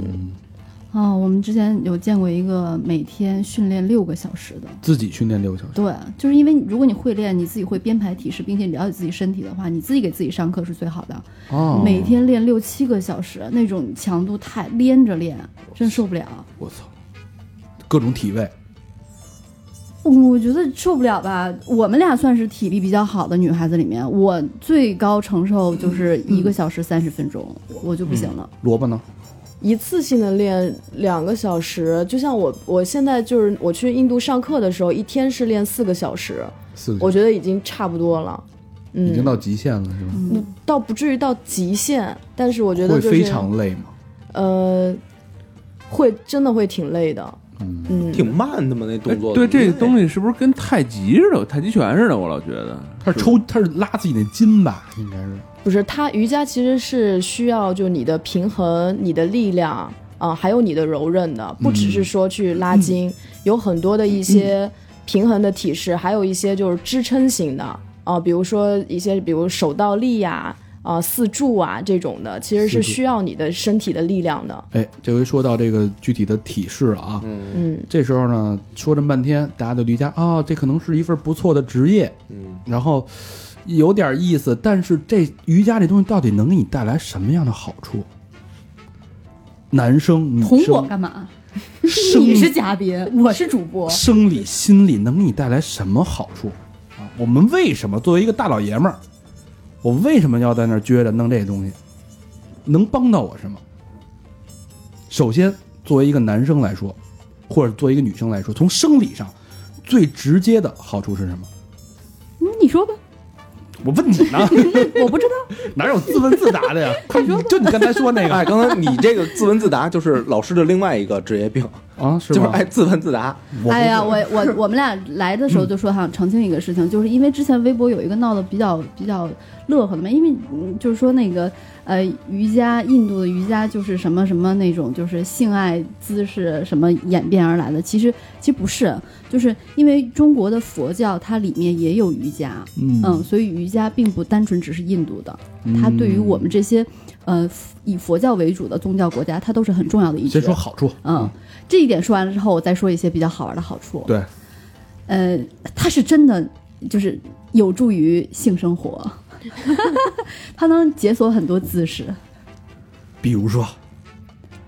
Speaker 4: 哦，我们之前有见过一个每天训练六个小时的，
Speaker 2: 自己训练六个小时，
Speaker 4: 对，就是因为如果你会练，你自己会编排体式，并且你了解自己身体的话，你自己给自己上课是最好的。
Speaker 2: 哦
Speaker 4: 每天练六七个小时，那种强度太连着练，真受不了。
Speaker 2: 我操，各种体位，
Speaker 4: 我觉得受不了吧。我们俩算是体力比较好的女孩子里面，我最高承受就是一个小时三十分钟，
Speaker 2: 嗯
Speaker 4: 我就不行了。
Speaker 2: 萝卜呢？
Speaker 7: 一次性的练两个小时，就像我我现在就是我去印度上课的时候，一天是练四个小时，
Speaker 2: 四个
Speaker 7: 我觉得已经差不多了。嗯，
Speaker 2: 已经到极限了，是吧？
Speaker 7: 倒不至于到极限，但是我觉得
Speaker 2: 会
Speaker 7: 就是
Speaker 2: 非常累吗？
Speaker 7: 呃，会真的会挺累的。嗯，
Speaker 6: 挺慢的嘛，那动作。
Speaker 3: 对这东西是不是跟太极似的，太极拳似的？我老觉得
Speaker 2: 他是抽，他是拉自己那筋吧，应该是。
Speaker 7: 不是，它瑜伽其实是需要就你的平衡、你的力量啊、还有你的柔韧的，不只是说去拉筋，有很多的一些平衡的体式，还有一些就是支撑型的啊、比如说一些比如手倒立呀、啊、四柱啊这种的，其实是
Speaker 2: 四柱
Speaker 7: 需要你的身体的力量的。
Speaker 2: 哎，这回说到这个具体的体式了啊，
Speaker 7: 嗯，
Speaker 2: 这时候呢，说这么半天，大家就离家啊、这可能是一份不错的职业，
Speaker 6: 嗯，
Speaker 2: 然后有点意思，但是这瑜伽这东西到底能给你带来什么样的好处？男生、女
Speaker 4: 捅我
Speaker 2: 生，
Speaker 4: 干嘛？
Speaker 2: 生
Speaker 4: <laughs> 你是嘉宾，我是主
Speaker 2: <laughs>
Speaker 4: 播。
Speaker 2: 生理、心理能给你带来什么好处啊？我们为什么作为一个大老爷们儿，我为什么要在那儿撅着弄这东西？能帮到我什么？首先，作为一个男生来说，或者作为一个女生来说，从生理上最直接的好处是什么？
Speaker 4: 嗯你说吧，
Speaker 2: 我问你呢，
Speaker 6: <laughs>
Speaker 4: 我不知道。
Speaker 2: 哪有自问自答的呀？快说，就你刚才说那
Speaker 6: <laughs>
Speaker 2: 个
Speaker 6: 哎，刚才你这个自问自答就是老师的另外一个职业病，
Speaker 2: 啊，是
Speaker 6: 就是哎
Speaker 2: 吧？
Speaker 6: 爱自问自答。
Speaker 2: 我嗯
Speaker 4: 哎呀，我我我们俩来的时候就说想澄清一个事情，就是因为之前微博有一个闹得比较比较乐呵的嘛，因为嗯就是说那个呃瑜伽，印度的瑜伽就是什么什么那种就是性爱姿势什么演变而来的，其实其实不是，就是因为中国的佛教它里面也有瑜伽，
Speaker 2: 嗯
Speaker 4: 嗯，所以瑜伽并不单纯只是印度的，它对于
Speaker 2: 嗯
Speaker 4: 我们这些呃以佛教为主的宗教国家，它都是很重要的一支
Speaker 2: 先。说好处，
Speaker 4: 嗯，这一点说完了之后，我再说一些比较好玩的好处。
Speaker 2: 对，
Speaker 4: 呃，它是真的就是有助于性生活，它能解锁很多姿势，
Speaker 2: 比如说，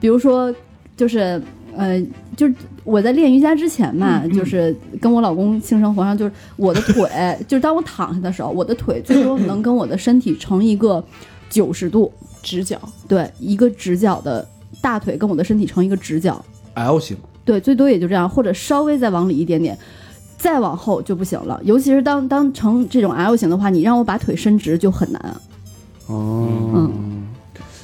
Speaker 4: 比如说就是呃，就是我在练瑜伽之前嘛，就是跟我老公性生活上，就是我的腿，就是当我躺下的时候，我的腿最终能跟我的身体成一个九十度，
Speaker 7: 直角，
Speaker 4: 对，一个直角的大腿跟我的身体成一个直角。
Speaker 2: L 型，
Speaker 4: 对，最多也就这样，或者稍微再往里一点点，再往后就不行了。尤其是当当成这种 L 型的话，你让我把腿伸直就很难啊。
Speaker 2: 哦
Speaker 4: 嗯，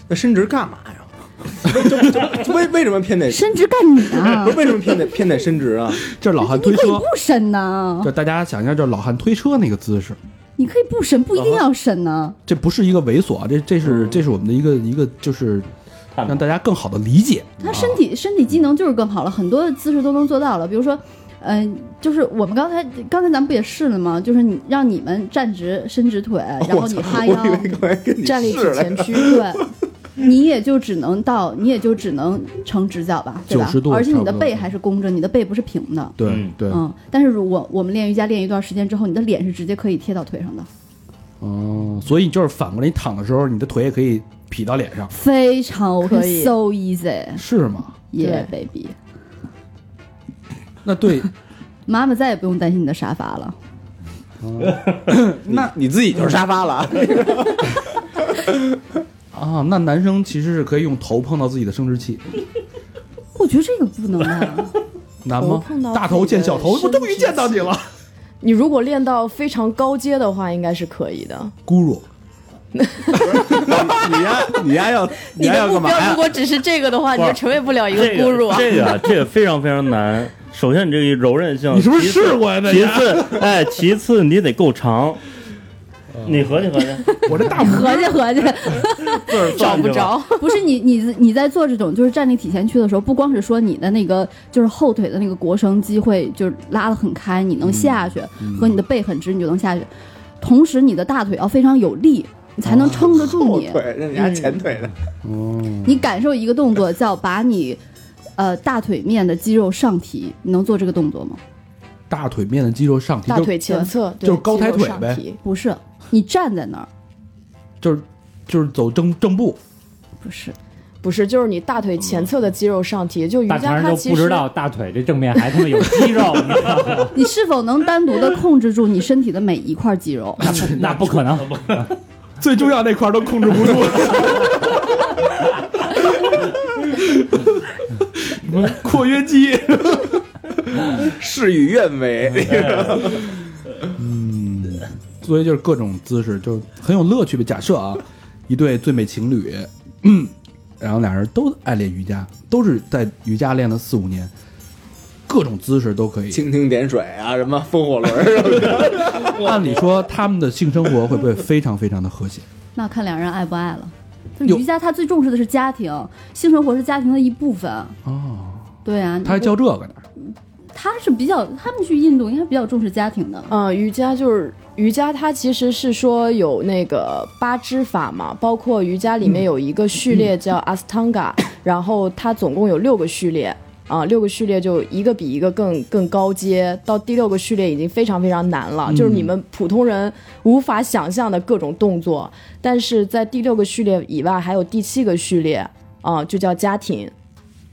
Speaker 6: 那伸直干嘛呀？ <laughs> 就就为为什么偏得
Speaker 4: 伸直干你啊
Speaker 6: 不是！为什么偏得偏得伸直啊？
Speaker 2: 这是老汉
Speaker 4: 你
Speaker 2: 推
Speaker 4: 可
Speaker 6: <laughs>
Speaker 4: 以
Speaker 2: 车
Speaker 4: 不，伸呐、
Speaker 2: 就大家想一下，这老汉推车那个姿势，
Speaker 4: 你可以不伸，不一
Speaker 6: 啊
Speaker 4: 定要伸呐、
Speaker 2: 这不是一个猥琐，啊这这是这是我们的一个一个就是
Speaker 5: 嗯探讨
Speaker 2: 让大家更好的理解。
Speaker 4: 他身体身体机能就是更好了，很多姿势都能做到了。比如说，嗯、就是我们刚才刚才咱们不也试了吗？就是你让你们站直伸直腿，然
Speaker 6: 哦
Speaker 4: 后
Speaker 6: 我
Speaker 4: 你
Speaker 6: 操
Speaker 4: 哈
Speaker 6: 我
Speaker 4: 腰，
Speaker 6: 以为刚才跟你
Speaker 7: 站立
Speaker 6: 试
Speaker 7: 挺
Speaker 6: 来
Speaker 7: 前
Speaker 6: 着。
Speaker 7: 屈。
Speaker 4: 对，你也就只能到，你也就只能成直角吧，对吧
Speaker 2: 90？度
Speaker 4: 而且你
Speaker 2: 差
Speaker 4: 的
Speaker 2: 不多
Speaker 4: 背还是弓着，你的背不是平的。
Speaker 2: 对
Speaker 5: 嗯
Speaker 2: 对，
Speaker 4: 嗯，但是如果我们练瑜伽练一段时间之后，你的脸是直接可以贴到腿上的，
Speaker 5: 嗯
Speaker 2: 哦，所以你就是反过来，你躺的时候，你的腿也可以劈到脸上，
Speaker 4: 非常 OK，
Speaker 7: 可以
Speaker 4: so easy，yeah
Speaker 2: 是吗？
Speaker 4: baby，
Speaker 2: 那
Speaker 7: <laughs>
Speaker 2: 对，
Speaker 4: 妈妈再也不用担心你的沙发了。
Speaker 6: 那你自己就是沙发了啊。
Speaker 2: 啊，那男生其实是可以用头碰到自己的生殖器，
Speaker 4: 我觉得这个不能啊，
Speaker 2: 难
Speaker 7: 头
Speaker 2: 吗
Speaker 7: 碰？到
Speaker 2: 大
Speaker 7: 自己
Speaker 2: 头见
Speaker 7: 的
Speaker 2: 小头，我
Speaker 7: 生
Speaker 2: 终于
Speaker 7: 殖
Speaker 2: 见到你
Speaker 7: 器
Speaker 2: 了，
Speaker 7: 你如果练到非常高阶的话，应该是可以的。
Speaker 2: 咕噜。
Speaker 6: <laughs> 你呀，
Speaker 4: <laughs>
Speaker 6: 你呀要你呀要干
Speaker 7: <laughs>
Speaker 6: 嘛呀？
Speaker 7: 果只是这个的话，
Speaker 5: 不是
Speaker 7: 永远不了一
Speaker 5: 这个这个啊这个非常非常难。首先，你这个柔韧性，
Speaker 2: 你是不是
Speaker 5: 其次
Speaker 2: 试过呀这
Speaker 5: 其次，哎，其次你得够长。你合计合计，
Speaker 2: 我这大拇
Speaker 4: 合计合计，
Speaker 5: 字儿
Speaker 7: 找
Speaker 5: 算
Speaker 7: 不
Speaker 5: 去吧。
Speaker 4: <laughs>
Speaker 7: 着。
Speaker 4: 不是你你你在做这种就是站立体前屈的时候，不光是说你的那个就是后腿的那个腘绳肌会就是拉得很开，你
Speaker 6: 嗯
Speaker 4: 能下去，和你的背很直，你就能下去。同时，你的大腿要非常有力，你才能撑得住
Speaker 6: 啊后
Speaker 4: 你。
Speaker 6: 腿，让你家前腿的。
Speaker 4: 你感受一个动作叫把你，呃，大腿面的肌肉上提，你能做这个动作吗？
Speaker 2: 大腿面的肌肉上提，
Speaker 7: 大
Speaker 2: 就
Speaker 7: 腿前侧
Speaker 2: 就是高抬腿呗。
Speaker 7: 对肌肉上提
Speaker 4: 不是，你站在那儿，
Speaker 2: 就是就是走正正步，
Speaker 4: 不是，
Speaker 7: 不是，就是你大腿前侧的肌肉上提，就瑜
Speaker 8: 大
Speaker 7: 伽
Speaker 8: 肠
Speaker 7: 它
Speaker 8: 就
Speaker 7: 其
Speaker 8: 不知
Speaker 7: 实
Speaker 8: 道大腿这正面还他妈有肌
Speaker 2: <laughs>
Speaker 8: 肉，你知道吗
Speaker 4: 你是否能单独的控制住你身体的每一块肌肉？
Speaker 8: 那不那不可
Speaker 2: <laughs>
Speaker 8: 能，
Speaker 2: 最重要那块儿都控制不住。括约肌，
Speaker 4: 嗯
Speaker 6: 事与愿违。
Speaker 2: 所以就是 <laughs> 各种姿势就很有乐趣吧。假设啊，一对最美情侣，嗯， <clears throat> 然后俩人都爱练瑜伽，都是在瑜伽练了四五年，各种姿势都可以。
Speaker 6: <laughs> 蜻蜓点水啊，什么风火轮儿什么的，
Speaker 2: 按理说他们的性生活会不会非常非常的和谐？
Speaker 4: 那看两人爱不爱了。
Speaker 2: 有
Speaker 4: 瑜伽他最重视的是家庭，性生活是家庭的一部分。
Speaker 2: 哦，
Speaker 4: 对啊，
Speaker 2: 他还教这个呢，
Speaker 4: 他是比较，他们去印度应该比较重视家庭的。
Speaker 7: 嗯、瑜伽就是瑜伽，它其实是说有那个八支法嘛，包括瑜伽里面有一个序列叫 Astanga，、然后它总共有六个序列。啊，六个序列就一个比一个更更高阶，到第六个序列已经非常非常难了，就是你们普通人无法想象的各种动作。但是在第六个序列以外，还有第七个序列啊，就叫家庭，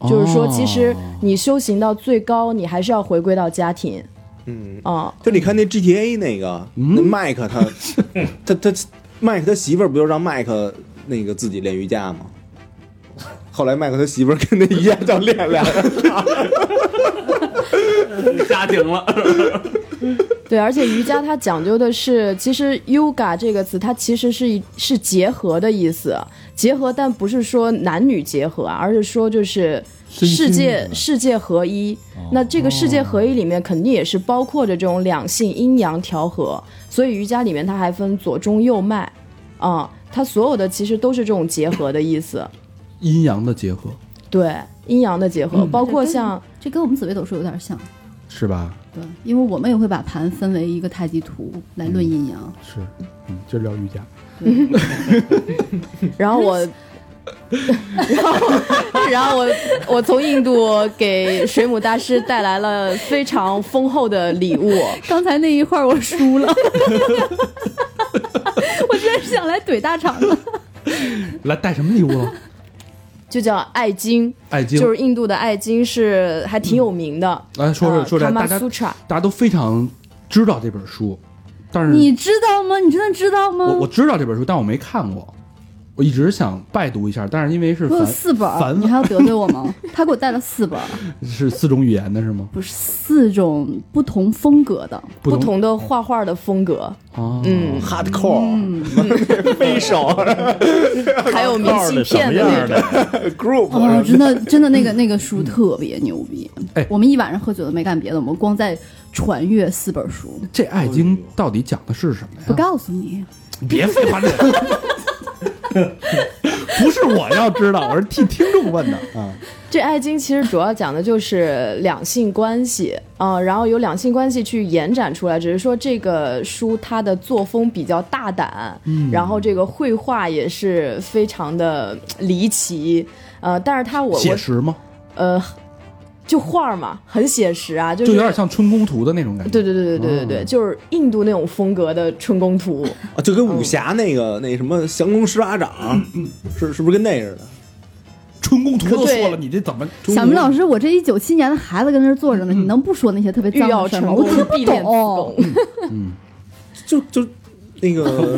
Speaker 7: 就是说其实你修行到最高，你还是要回归到家庭
Speaker 6: 嗯，
Speaker 7: 啊。
Speaker 6: 就你看那 GTA 那个，那麦克他他他麦克他媳妇儿不就让麦克那个自己练瑜伽吗？后来麦克他媳妇儿跟那瑜伽教练俩人，
Speaker 3: 家庭了，
Speaker 7: 对，而且瑜伽它讲究的是，其实 yoga 这个词它其实是一是结合的意思，结合，但不是说男女结合啊，而是说就是
Speaker 2: 身心哦
Speaker 7: 世界
Speaker 2: 结合
Speaker 7: 世界合一。那这个世界合
Speaker 2: 哦
Speaker 7: 一里面肯定也是包括着这种两性阴阳调和，所以瑜伽里面它还分左中右脉，啊、它所有的其实都是这种结合的意思，
Speaker 2: 阴阳的结合
Speaker 7: 对，阴阳的结合，
Speaker 2: 嗯
Speaker 7: 包括
Speaker 4: 对跟
Speaker 7: 像
Speaker 4: 这跟我们紫微斗数有点像，
Speaker 2: 是吧？
Speaker 4: 对，因为我们也会把盘分为一个太极图来论阴阳。
Speaker 2: 是，嗯，就聊瑜伽。
Speaker 7: 然后我， <laughs> 然后，然后 <laughs> 我，我从印度给水母大师带来了非常丰厚的礼物。
Speaker 4: 刚才那一块儿我
Speaker 2: <laughs>
Speaker 4: 输了，我居然想来怼大肠了。
Speaker 2: 来带什么礼物 <laughs> 了？
Speaker 7: 就叫爱经，
Speaker 2: 爱经，
Speaker 7: 就是印度的爱经是还挺有名的。
Speaker 2: 来
Speaker 7: 呃
Speaker 2: 嗯说说说这，大家
Speaker 7: s u t r
Speaker 2: 大家都非常知道这本书，但是
Speaker 4: 你知道吗？你真的知道吗？
Speaker 2: 我我知道这本书，但我没看过，我一直想拜读一下，但是因为是
Speaker 4: 我有
Speaker 2: 梵
Speaker 4: 四本儿，
Speaker 2: <laughs> 梵
Speaker 4: 你还要得罪我吗？他给我带了四本儿，
Speaker 2: 是四种语言的是吗？
Speaker 4: 不是四种不同风格的。
Speaker 7: 不同的画画的风格，
Speaker 2: <laughs> 啊，
Speaker 7: 嗯，
Speaker 6: hardcore 飞手
Speaker 7: 还有明
Speaker 5: 告诉
Speaker 7: 信
Speaker 5: 你什
Speaker 7: 片
Speaker 5: 么
Speaker 7: 的那
Speaker 5: 样
Speaker 7: 种。
Speaker 5: 的，
Speaker 6: group
Speaker 4: 哦，
Speaker 6: 什
Speaker 4: 真
Speaker 6: 么
Speaker 4: 的，真的，那个那个书特别牛逼。
Speaker 2: 哎
Speaker 4: 我们一晚上喝酒都没干别的，我们光在传阅四本书。
Speaker 2: 这《爱经》到底讲的是什么
Speaker 4: 不
Speaker 2: 呀？
Speaker 4: 告诉你，
Speaker 2: 别废话，这不是我要知道，我是替听众问的啊。
Speaker 7: 这爱经其实主要讲的就是两性关系啊、然后由两性关系去延展出来，只是说这个书它的作风比较大胆，
Speaker 2: 嗯
Speaker 7: 然后这个绘画也是非常的离奇，呃，但是它我
Speaker 2: 写
Speaker 7: 我
Speaker 2: 实吗？
Speaker 7: 呃，就画儿嘛，很写实啊，就
Speaker 2: 就是有点嗯像春宫图的那种感觉。
Speaker 7: 对对对对对对对，就是印度那种风格的春宫图，
Speaker 6: 啊就跟武侠那个那什么降龙十八掌，是是不是跟那似的？
Speaker 2: 春宫图都
Speaker 7: 对
Speaker 2: 说了， <laughs> 你这怎么？
Speaker 4: 小明老师，我这一九七年的孩子跟那儿坐着呢，你能不说那些特别
Speaker 7: 欲
Speaker 4: 脏
Speaker 7: 要
Speaker 4: 的事儿
Speaker 7: 成
Speaker 4: 吗？
Speaker 7: 功
Speaker 4: 我听不
Speaker 7: 必练子
Speaker 4: 懂
Speaker 7: 宫。。
Speaker 6: 就就那个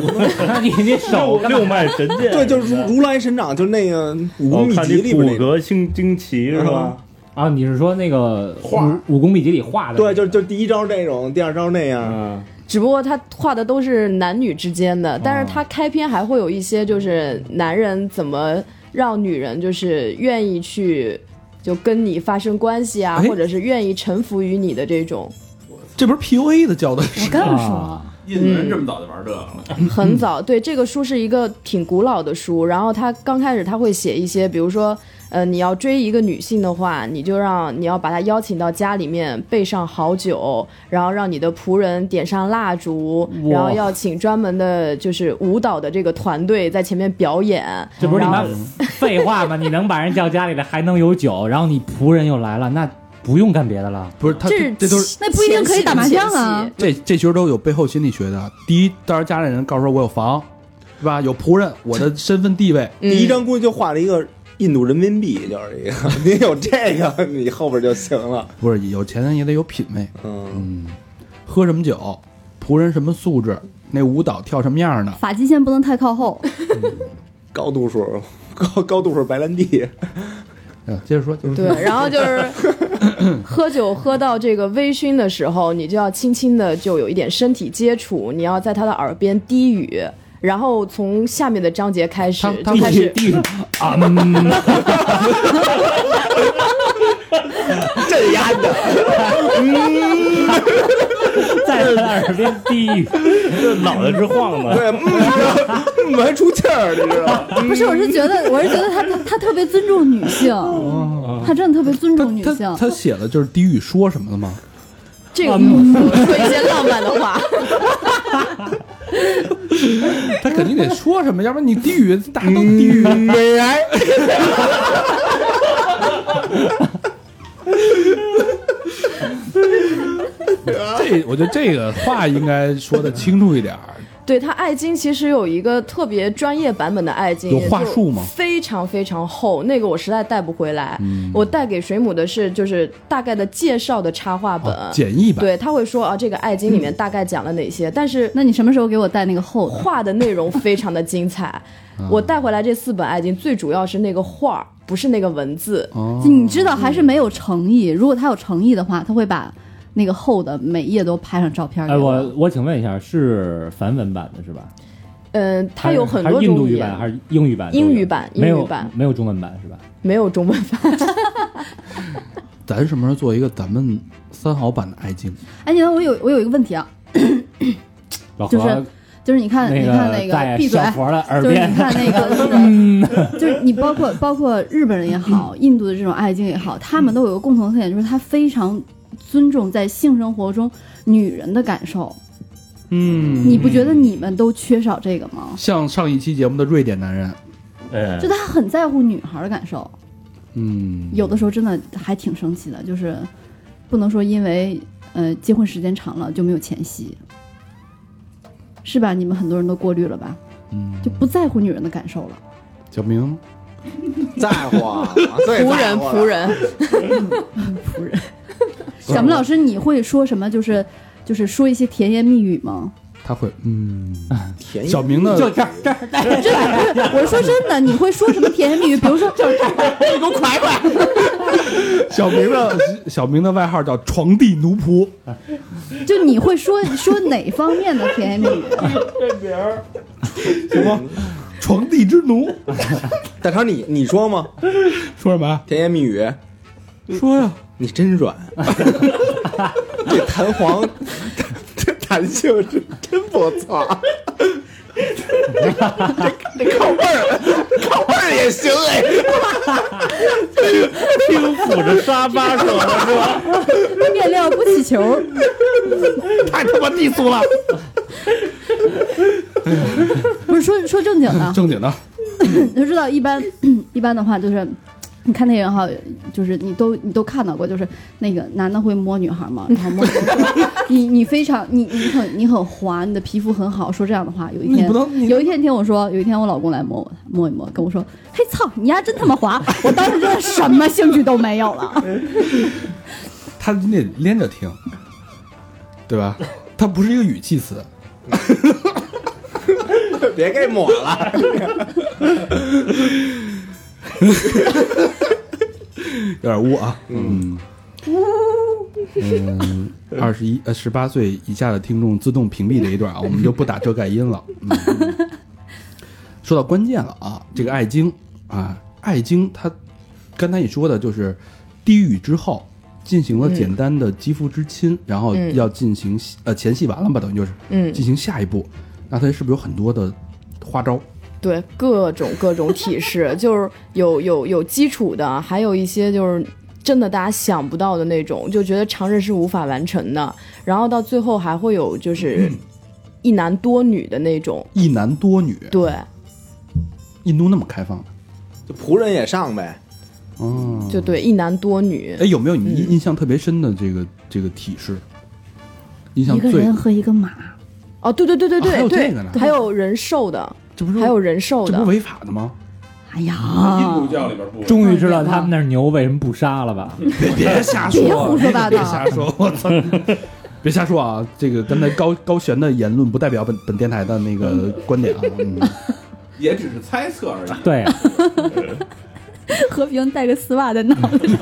Speaker 8: 你你手干嘛
Speaker 5: 六脉神剑，
Speaker 6: 对，就是如如来神掌，就是那个武
Speaker 5: 我
Speaker 6: 功秘
Speaker 5: 看
Speaker 6: 籍
Speaker 5: 你
Speaker 6: 里
Speaker 5: 骨
Speaker 6: 边那个，嗯
Speaker 5: 骼惊惊奇是吧？
Speaker 8: 啊？你是说那个
Speaker 6: 画
Speaker 8: 武武功秘籍里画的那
Speaker 6: 对，
Speaker 8: 个？
Speaker 6: 就就第一招这种，第二招那样。
Speaker 5: 嗯，
Speaker 7: 只不过他画的都是男女之间的，但是他开篇还会有一些就是男人怎么让女人就是愿意去就跟你发生关系啊，
Speaker 2: 哎
Speaker 7: 或者是愿意臣服于你的这种。
Speaker 2: 这不是 PUA
Speaker 9: <laughs>
Speaker 2: 的教的
Speaker 4: 我
Speaker 2: 是
Speaker 4: 刚要说，
Speaker 8: 啊，
Speaker 3: 印度
Speaker 7: 嗯
Speaker 3: 人这么早就玩这个了，
Speaker 7: 很
Speaker 8: 嗯
Speaker 7: 早，对这个书是一个挺古老的书，然后他刚开始他会写一些，比如说。呃，你要追一个女性的话，你就让你要把她邀请到家里面，备上好酒，然后让你的仆人点上蜡烛，
Speaker 8: 哇
Speaker 7: 然后要请专门的，就是舞蹈的这个团队在前面表演。
Speaker 8: 这不是你妈
Speaker 7: 然后
Speaker 8: 废话吗？你能把人叫家里来，还能有酒，然后你仆人又来了，那不用干别的
Speaker 5: <laughs>
Speaker 8: 了。
Speaker 2: 不是他
Speaker 7: 是
Speaker 2: 这这都是
Speaker 4: 那不一定可以打麻将啊
Speaker 7: 前戏
Speaker 2: 这这其实都有背后心理学的。第一，当然家里人告诉说我有房，是吧？有仆人，我的身份地位。
Speaker 7: 嗯
Speaker 6: 第一张估计就画了一个印度人民币，就是一个， <laughs> 您有这个，你后边就行了。
Speaker 2: 不是有钱人也得有品位，
Speaker 6: 嗯，
Speaker 2: 喝什么酒，仆人什么素质，那舞蹈跳什么样的，
Speaker 4: 发际线不能太靠后。
Speaker 6: 高度数， <laughs> 高高度数白兰 <laughs> 地，
Speaker 2: 嗯，接着说， <laughs> 就是
Speaker 7: 对，然后就是喝酒喝到这个微醺的时候，你就要轻轻的就有一点身体接触，你要在他的耳边低语，然后从下面的章节开始
Speaker 2: 他他
Speaker 7: 就开始
Speaker 2: 地啊，嗯
Speaker 6: 镇压的，
Speaker 5: 在他的耳边低语，这脑袋直晃的。
Speaker 6: 对，嗯，然后嗯还出气儿，你知道吗？
Speaker 4: 不是，我是觉得，我是觉得他他他特别尊重女性，他真的特别尊重女
Speaker 2: 他
Speaker 4: 性
Speaker 2: 他。他写的就是地狱说什么的吗？
Speaker 7: 这个不说一些浪漫的话，
Speaker 2: <laughs> 他肯定得说什么，要不然你地狱大家都地狱。
Speaker 6: 美癌，
Speaker 2: <laughs> 这我觉得这个话应该说的清楚一点儿。
Speaker 7: 对他爱经其实有一个特别专业版本的爱经，
Speaker 2: 有话术吗
Speaker 7: 非常非常厚，那个我实在带不回来。
Speaker 2: 嗯
Speaker 7: 我带给水母的是就是大概的介绍的插画本，
Speaker 2: 哦简易版
Speaker 7: 对，他会说啊，这个爱经里面大概讲了哪些，但是
Speaker 4: 那你什么时候给我带那个厚的？
Speaker 7: 画的内容非常的精彩。我带回来这四本爱经，最主要是那个画儿，不是那个文字。
Speaker 3: 嗯
Speaker 4: 你知道还是没有诚意。如果他有诚意的话，他会把那个厚的每页都拍上照片给
Speaker 8: <laughs> 哎，我我请问一下，是梵文版的是吧？
Speaker 7: 嗯，它
Speaker 8: 还是
Speaker 7: 有很
Speaker 8: 还是
Speaker 7: 多
Speaker 8: 印
Speaker 7: 种
Speaker 8: 度
Speaker 7: 语
Speaker 8: 语
Speaker 7: 言
Speaker 8: 版，还是英语版都有？
Speaker 7: 英语版
Speaker 8: 没有
Speaker 7: 英语版
Speaker 8: 没有中文版是吧？
Speaker 7: 没有中文版。
Speaker 2: 咱什么时候做一个咱们三好版的爱京？
Speaker 4: 哎，你看我有我有一个问题啊，
Speaker 8: 老何
Speaker 4: 就是就是你看、
Speaker 8: 那
Speaker 4: 你看那
Speaker 8: 在
Speaker 4: 个闭嘴
Speaker 8: 小，佛的耳
Speaker 4: 就是
Speaker 8: 边
Speaker 4: 你，看那个就是就是你包括包括日本人也好，印度的这种爱情也好，他们都有个共同特点，就是他非常尊重在性生活中女人的感受。
Speaker 2: 嗯，
Speaker 4: 你不觉得你们都缺少这个吗？
Speaker 2: 像上一期节目的瑞典男人，
Speaker 5: 哎
Speaker 4: 就，他很在乎女孩的感受，
Speaker 2: 嗯，
Speaker 4: 有的时候真的还挺生气的，就是不能说因为呃结婚时间长了就没有前戏，是吧？你们很多人都过滤了吧？
Speaker 2: 嗯，
Speaker 4: 就不在乎女人的感受了。
Speaker 2: 小明，
Speaker 6: <laughs> 在乎啊，最在乎
Speaker 7: 仆
Speaker 6: 了
Speaker 7: 人，仆，人，
Speaker 4: 小明老师，你会说什么？就是就是说一些甜言蜜语吗？
Speaker 2: 他会嗯，
Speaker 6: 便宜
Speaker 2: 小明的
Speaker 8: 哎就这儿这儿，
Speaker 4: 真的不是，我是说真的，你会说什么甜言蜜语？比如说，
Speaker 6: 你给我快快，
Speaker 2: 小明的 <laughs> 小明的外号叫床地奴仆，
Speaker 4: 就你会说说哪方面的甜言蜜语？
Speaker 2: 什么床地之奴，
Speaker 6: 大成你你说吗？
Speaker 2: 说什么？啊
Speaker 6: 甜言蜜语，
Speaker 2: 说呀，
Speaker 6: 你真 <laughs> 软，这弹簧，这弹性是真不错。 <laughs> 这这靠背儿，靠背儿也行哎，
Speaker 5: 轻抚着沙发手的是吧？
Speaker 4: 面料不
Speaker 2: <laughs>
Speaker 4: 起球，
Speaker 6: 太他妈低俗了。
Speaker 4: <laughs> 不是说说正经的，
Speaker 2: 正经的，
Speaker 4: 你 <laughs> 就知道一般 <coughs> 一般的话就是。你看那人哈，就是你都你都看到过，就是那个男的会摸
Speaker 2: <laughs>
Speaker 4: 女孩嘛，然后摸你说你你非常你你很你很滑，你的皮肤很好，说这样的话，有一
Speaker 2: 你
Speaker 4: 天
Speaker 2: 不能你
Speaker 4: 有一天听我说，有一天我老公来摸我摸一摸，跟我说，嘿操，你丫真他妈滑，我当时真的什么兴趣都没有了。
Speaker 2: 他你得连着听，对吧？它不是一个语气词，
Speaker 6: <laughs> 别给抹了，
Speaker 2: 有点污啊，嗯。嗯，二十一呃十八岁以下的听众自动屏蔽这一 <laughs> 段啊，我们就不打遮盖音了。嗯、说到关键了啊，这个爱京啊，爱京它刚才你说的就是低语之后进行了简单的肌肤之亲，然后
Speaker 7: 嗯
Speaker 2: 要进行呃前戏完了吧，等于就是
Speaker 7: 嗯
Speaker 2: 进行下一步，那它是不是有很多的花招？
Speaker 7: 对，各种各种体式， <laughs> 就是有有有基础的，还有一些就是真的大家想不到的那种，就觉得常人是无法完成的。然后到最后还会有就是一男多女的那种，
Speaker 2: 一男多女，
Speaker 7: 对，
Speaker 2: 印度那么开放的，
Speaker 6: 就仆人也上呗。
Speaker 2: 哦，
Speaker 7: 就对一男多女
Speaker 2: 哎，。有没有你
Speaker 4: 嗯
Speaker 2: 印印象特别深的这个这个体式？印象
Speaker 4: <laughs> 一个
Speaker 2: 最
Speaker 4: 人和一个马，
Speaker 7: 哦，对对对对
Speaker 2: 啊还有
Speaker 7: 对
Speaker 2: 这个呢
Speaker 7: 对，还有人兽的，
Speaker 2: 这不是
Speaker 7: 还有人兽
Speaker 2: 这不
Speaker 7: 的
Speaker 2: 是，违法的吗？
Speaker 4: 哎呀，
Speaker 9: 教里边不
Speaker 8: 终于知道他们那儿牛为什么不杀了吧？
Speaker 2: 别别瞎
Speaker 4: 别胡说八道
Speaker 2: 别瞎说，我操！别瞎说啊！这个刚才高高璇的言论不代表本本电台的那个观点啊。
Speaker 4: <laughs>
Speaker 2: 嗯，
Speaker 9: 也只是猜测而已。
Speaker 8: <laughs> 对，
Speaker 4: 和平带个丝袜在脑袋上，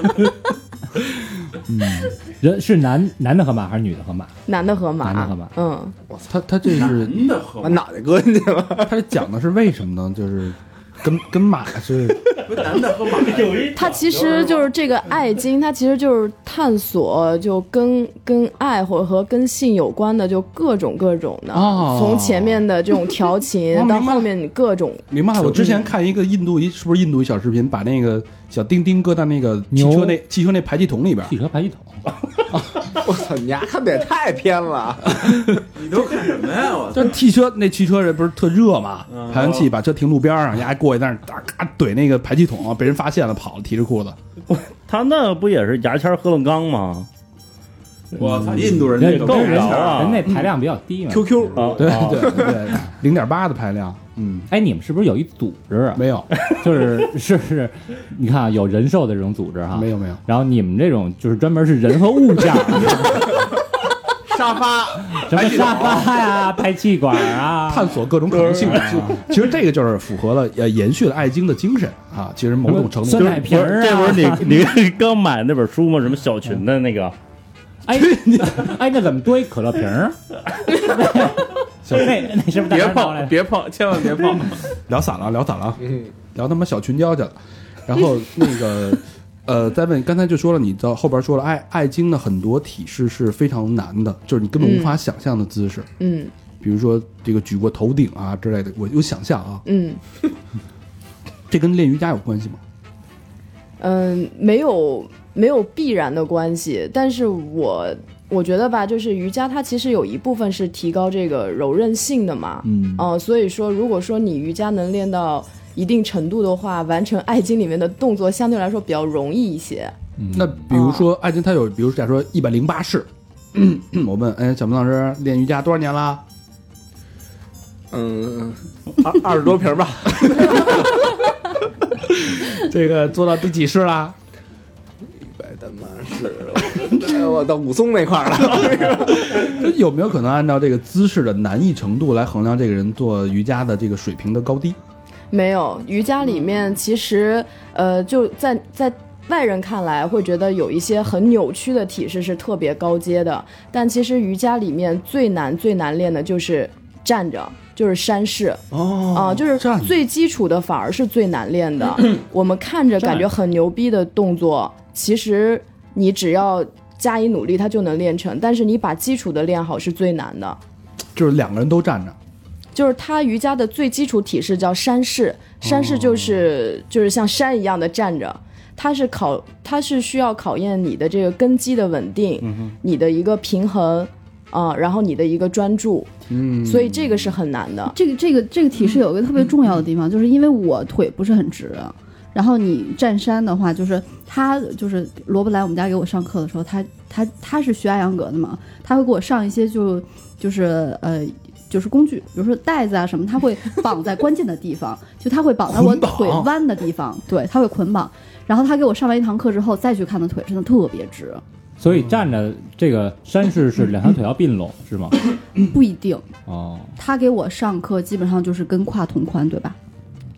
Speaker 8: 人是男男的河马还是女的河马？
Speaker 7: 男的河马，
Speaker 8: 男的河马
Speaker 7: 嗯，
Speaker 2: 他他这是
Speaker 9: 男的河
Speaker 6: 把脑袋搁进去了。
Speaker 2: 他这讲的是为什么呢？就是跟跟马是
Speaker 9: 不是男的河马，有一
Speaker 7: 它其实就是这个爱经，它其实就是探索就跟跟爱或者和跟性有关的，就各种各种的，
Speaker 2: 哦
Speaker 7: 从前面的这种调
Speaker 2: 哦
Speaker 7: 情
Speaker 2: 明白
Speaker 7: 到后面各种，
Speaker 2: 明
Speaker 4: <laughs>
Speaker 2: 白了。我之前看一个印度一是不是印度一小视频，把那个小丁丁搁到那个汽车那汽车那排气筒里边，
Speaker 8: 汽车排气筒，
Speaker 6: <laughs> 我操，你丫看的也太偏了。
Speaker 9: 你都看什么呀？
Speaker 2: <laughs>
Speaker 9: 我操！
Speaker 2: 就是汽车那汽车人不是特热嘛，排完气把车停路边上，丫过去在那儿哒嘎怼那个排气筒，被人发现了，跑了，提着裤子。
Speaker 5: 他那不也是牙签儿喝了缸吗？
Speaker 9: 我操！印度人
Speaker 8: 人
Speaker 9: 那个
Speaker 8: 家
Speaker 5: 够
Speaker 8: 人
Speaker 5: 不着啊
Speaker 8: 人那排量比较低嘛。
Speaker 6: QQ
Speaker 5: 啊，
Speaker 2: 对
Speaker 5: 啊
Speaker 2: 对对，零点八的排量，嗯，
Speaker 8: 哎，你们是不是有一组织
Speaker 2: <laughs>
Speaker 8: 啊？
Speaker 2: 没有
Speaker 8: 就是是是，你看啊，有人寿的这种组织哈，
Speaker 2: 没有没有。
Speaker 8: 然后你们这种就是专门是人和物件儿，
Speaker 6: 沙发，
Speaker 8: 什么沙发呀、排气管啊，
Speaker 2: 探索各种可能性。其实这个就是符合了呃延续了爱经的精神啊。其实某种程度
Speaker 8: 酸
Speaker 2: 上，
Speaker 6: 嗯
Speaker 8: 奶瓶儿啊。
Speaker 5: 这不是你 <laughs> 你刚买那本书吗？什么小群的那个？
Speaker 8: 哎，哎，那怎么多一可乐瓶儿？那 <laughs> 那是不是
Speaker 10: 别
Speaker 8: 大家闹来
Speaker 10: 碰，别碰，千万别
Speaker 9: <laughs>
Speaker 10: 碰。
Speaker 2: 聊散了，聊散了，聊他妈小群交去了。然后那 <laughs> 个呃，再问，刚才就说了，你到后边说了，爱爱经的很多体式是非常难的，就是你根本无法想象的姿势，
Speaker 7: 嗯
Speaker 2: 比如说这个举过头顶啊之类的。我有想象啊，
Speaker 7: 嗯
Speaker 2: 这跟练瑜伽有关系吗？
Speaker 7: 嗯，没有没有必然的关系，但是我我觉得吧，就是瑜伽它其实有一部分是提高这个柔韧性的嘛，
Speaker 3: 嗯，
Speaker 7: 哦，所以说，如果说你瑜伽能练到一定程度的话，完成爱经里面的动作相对来说比较容易一些。
Speaker 2: 那比如说爱经，它有，比如假如说一百零八式。 <clears throat> 我问，哎，小明老师练瑜伽多少年啦？
Speaker 6: 嗯，二二十多瓶吧，
Speaker 2: 这个做到第几式啦？
Speaker 6: 百他妈是，呃我到武松那块儿了。 <laughs>
Speaker 2: 这有没有可能按照这个姿势的难易程度来衡量这个人做瑜伽的这个水平的高低？
Speaker 7: 没有瑜伽里面，其实呃，就在在外人看来会觉得有一些很扭曲的体式是特别高阶的，但其实瑜伽里面最难最难练的就是站着，就是山式。
Speaker 6: 哦，
Speaker 7: 啊、就是
Speaker 2: 站着
Speaker 7: 最基础的反而是最难练的。我们看着感觉很牛逼的动作，其实你只要加以努力，它就能练成。但是你把基础的练好是最难的。
Speaker 2: 就是两个人都站着，
Speaker 7: 就是它瑜伽的最基础体式叫山式，山式就是、就是像山一样的站着，它是考它是需要考验你的这个根基的稳定，你的一个平衡啊、然后你的一个专注，嗯，所以这个是很难
Speaker 4: <laughs>
Speaker 7: 的。
Speaker 4: 这个这个这个体式有一个特别重要的地方，就是因为我腿不是很直啊，然后你站山的话，就是他就是罗布来我们家给我上课的时候，他他他是学艾扬格的嘛，他会给我上一些就就是呃。就是工具，比如说带子啊什么，他会绑在关键的地方，就他会绑在我
Speaker 2: 捆绑
Speaker 4: 腿弯的地方，对，他会捆绑。然后他给我上完一堂课之后，再去看的腿真的特别直，
Speaker 8: 所以站着这个山式是两条腿要并拢是吗？
Speaker 4: 不一定。
Speaker 8: 哦，
Speaker 4: 他给我上课基本上就是跟胯同宽，对吧？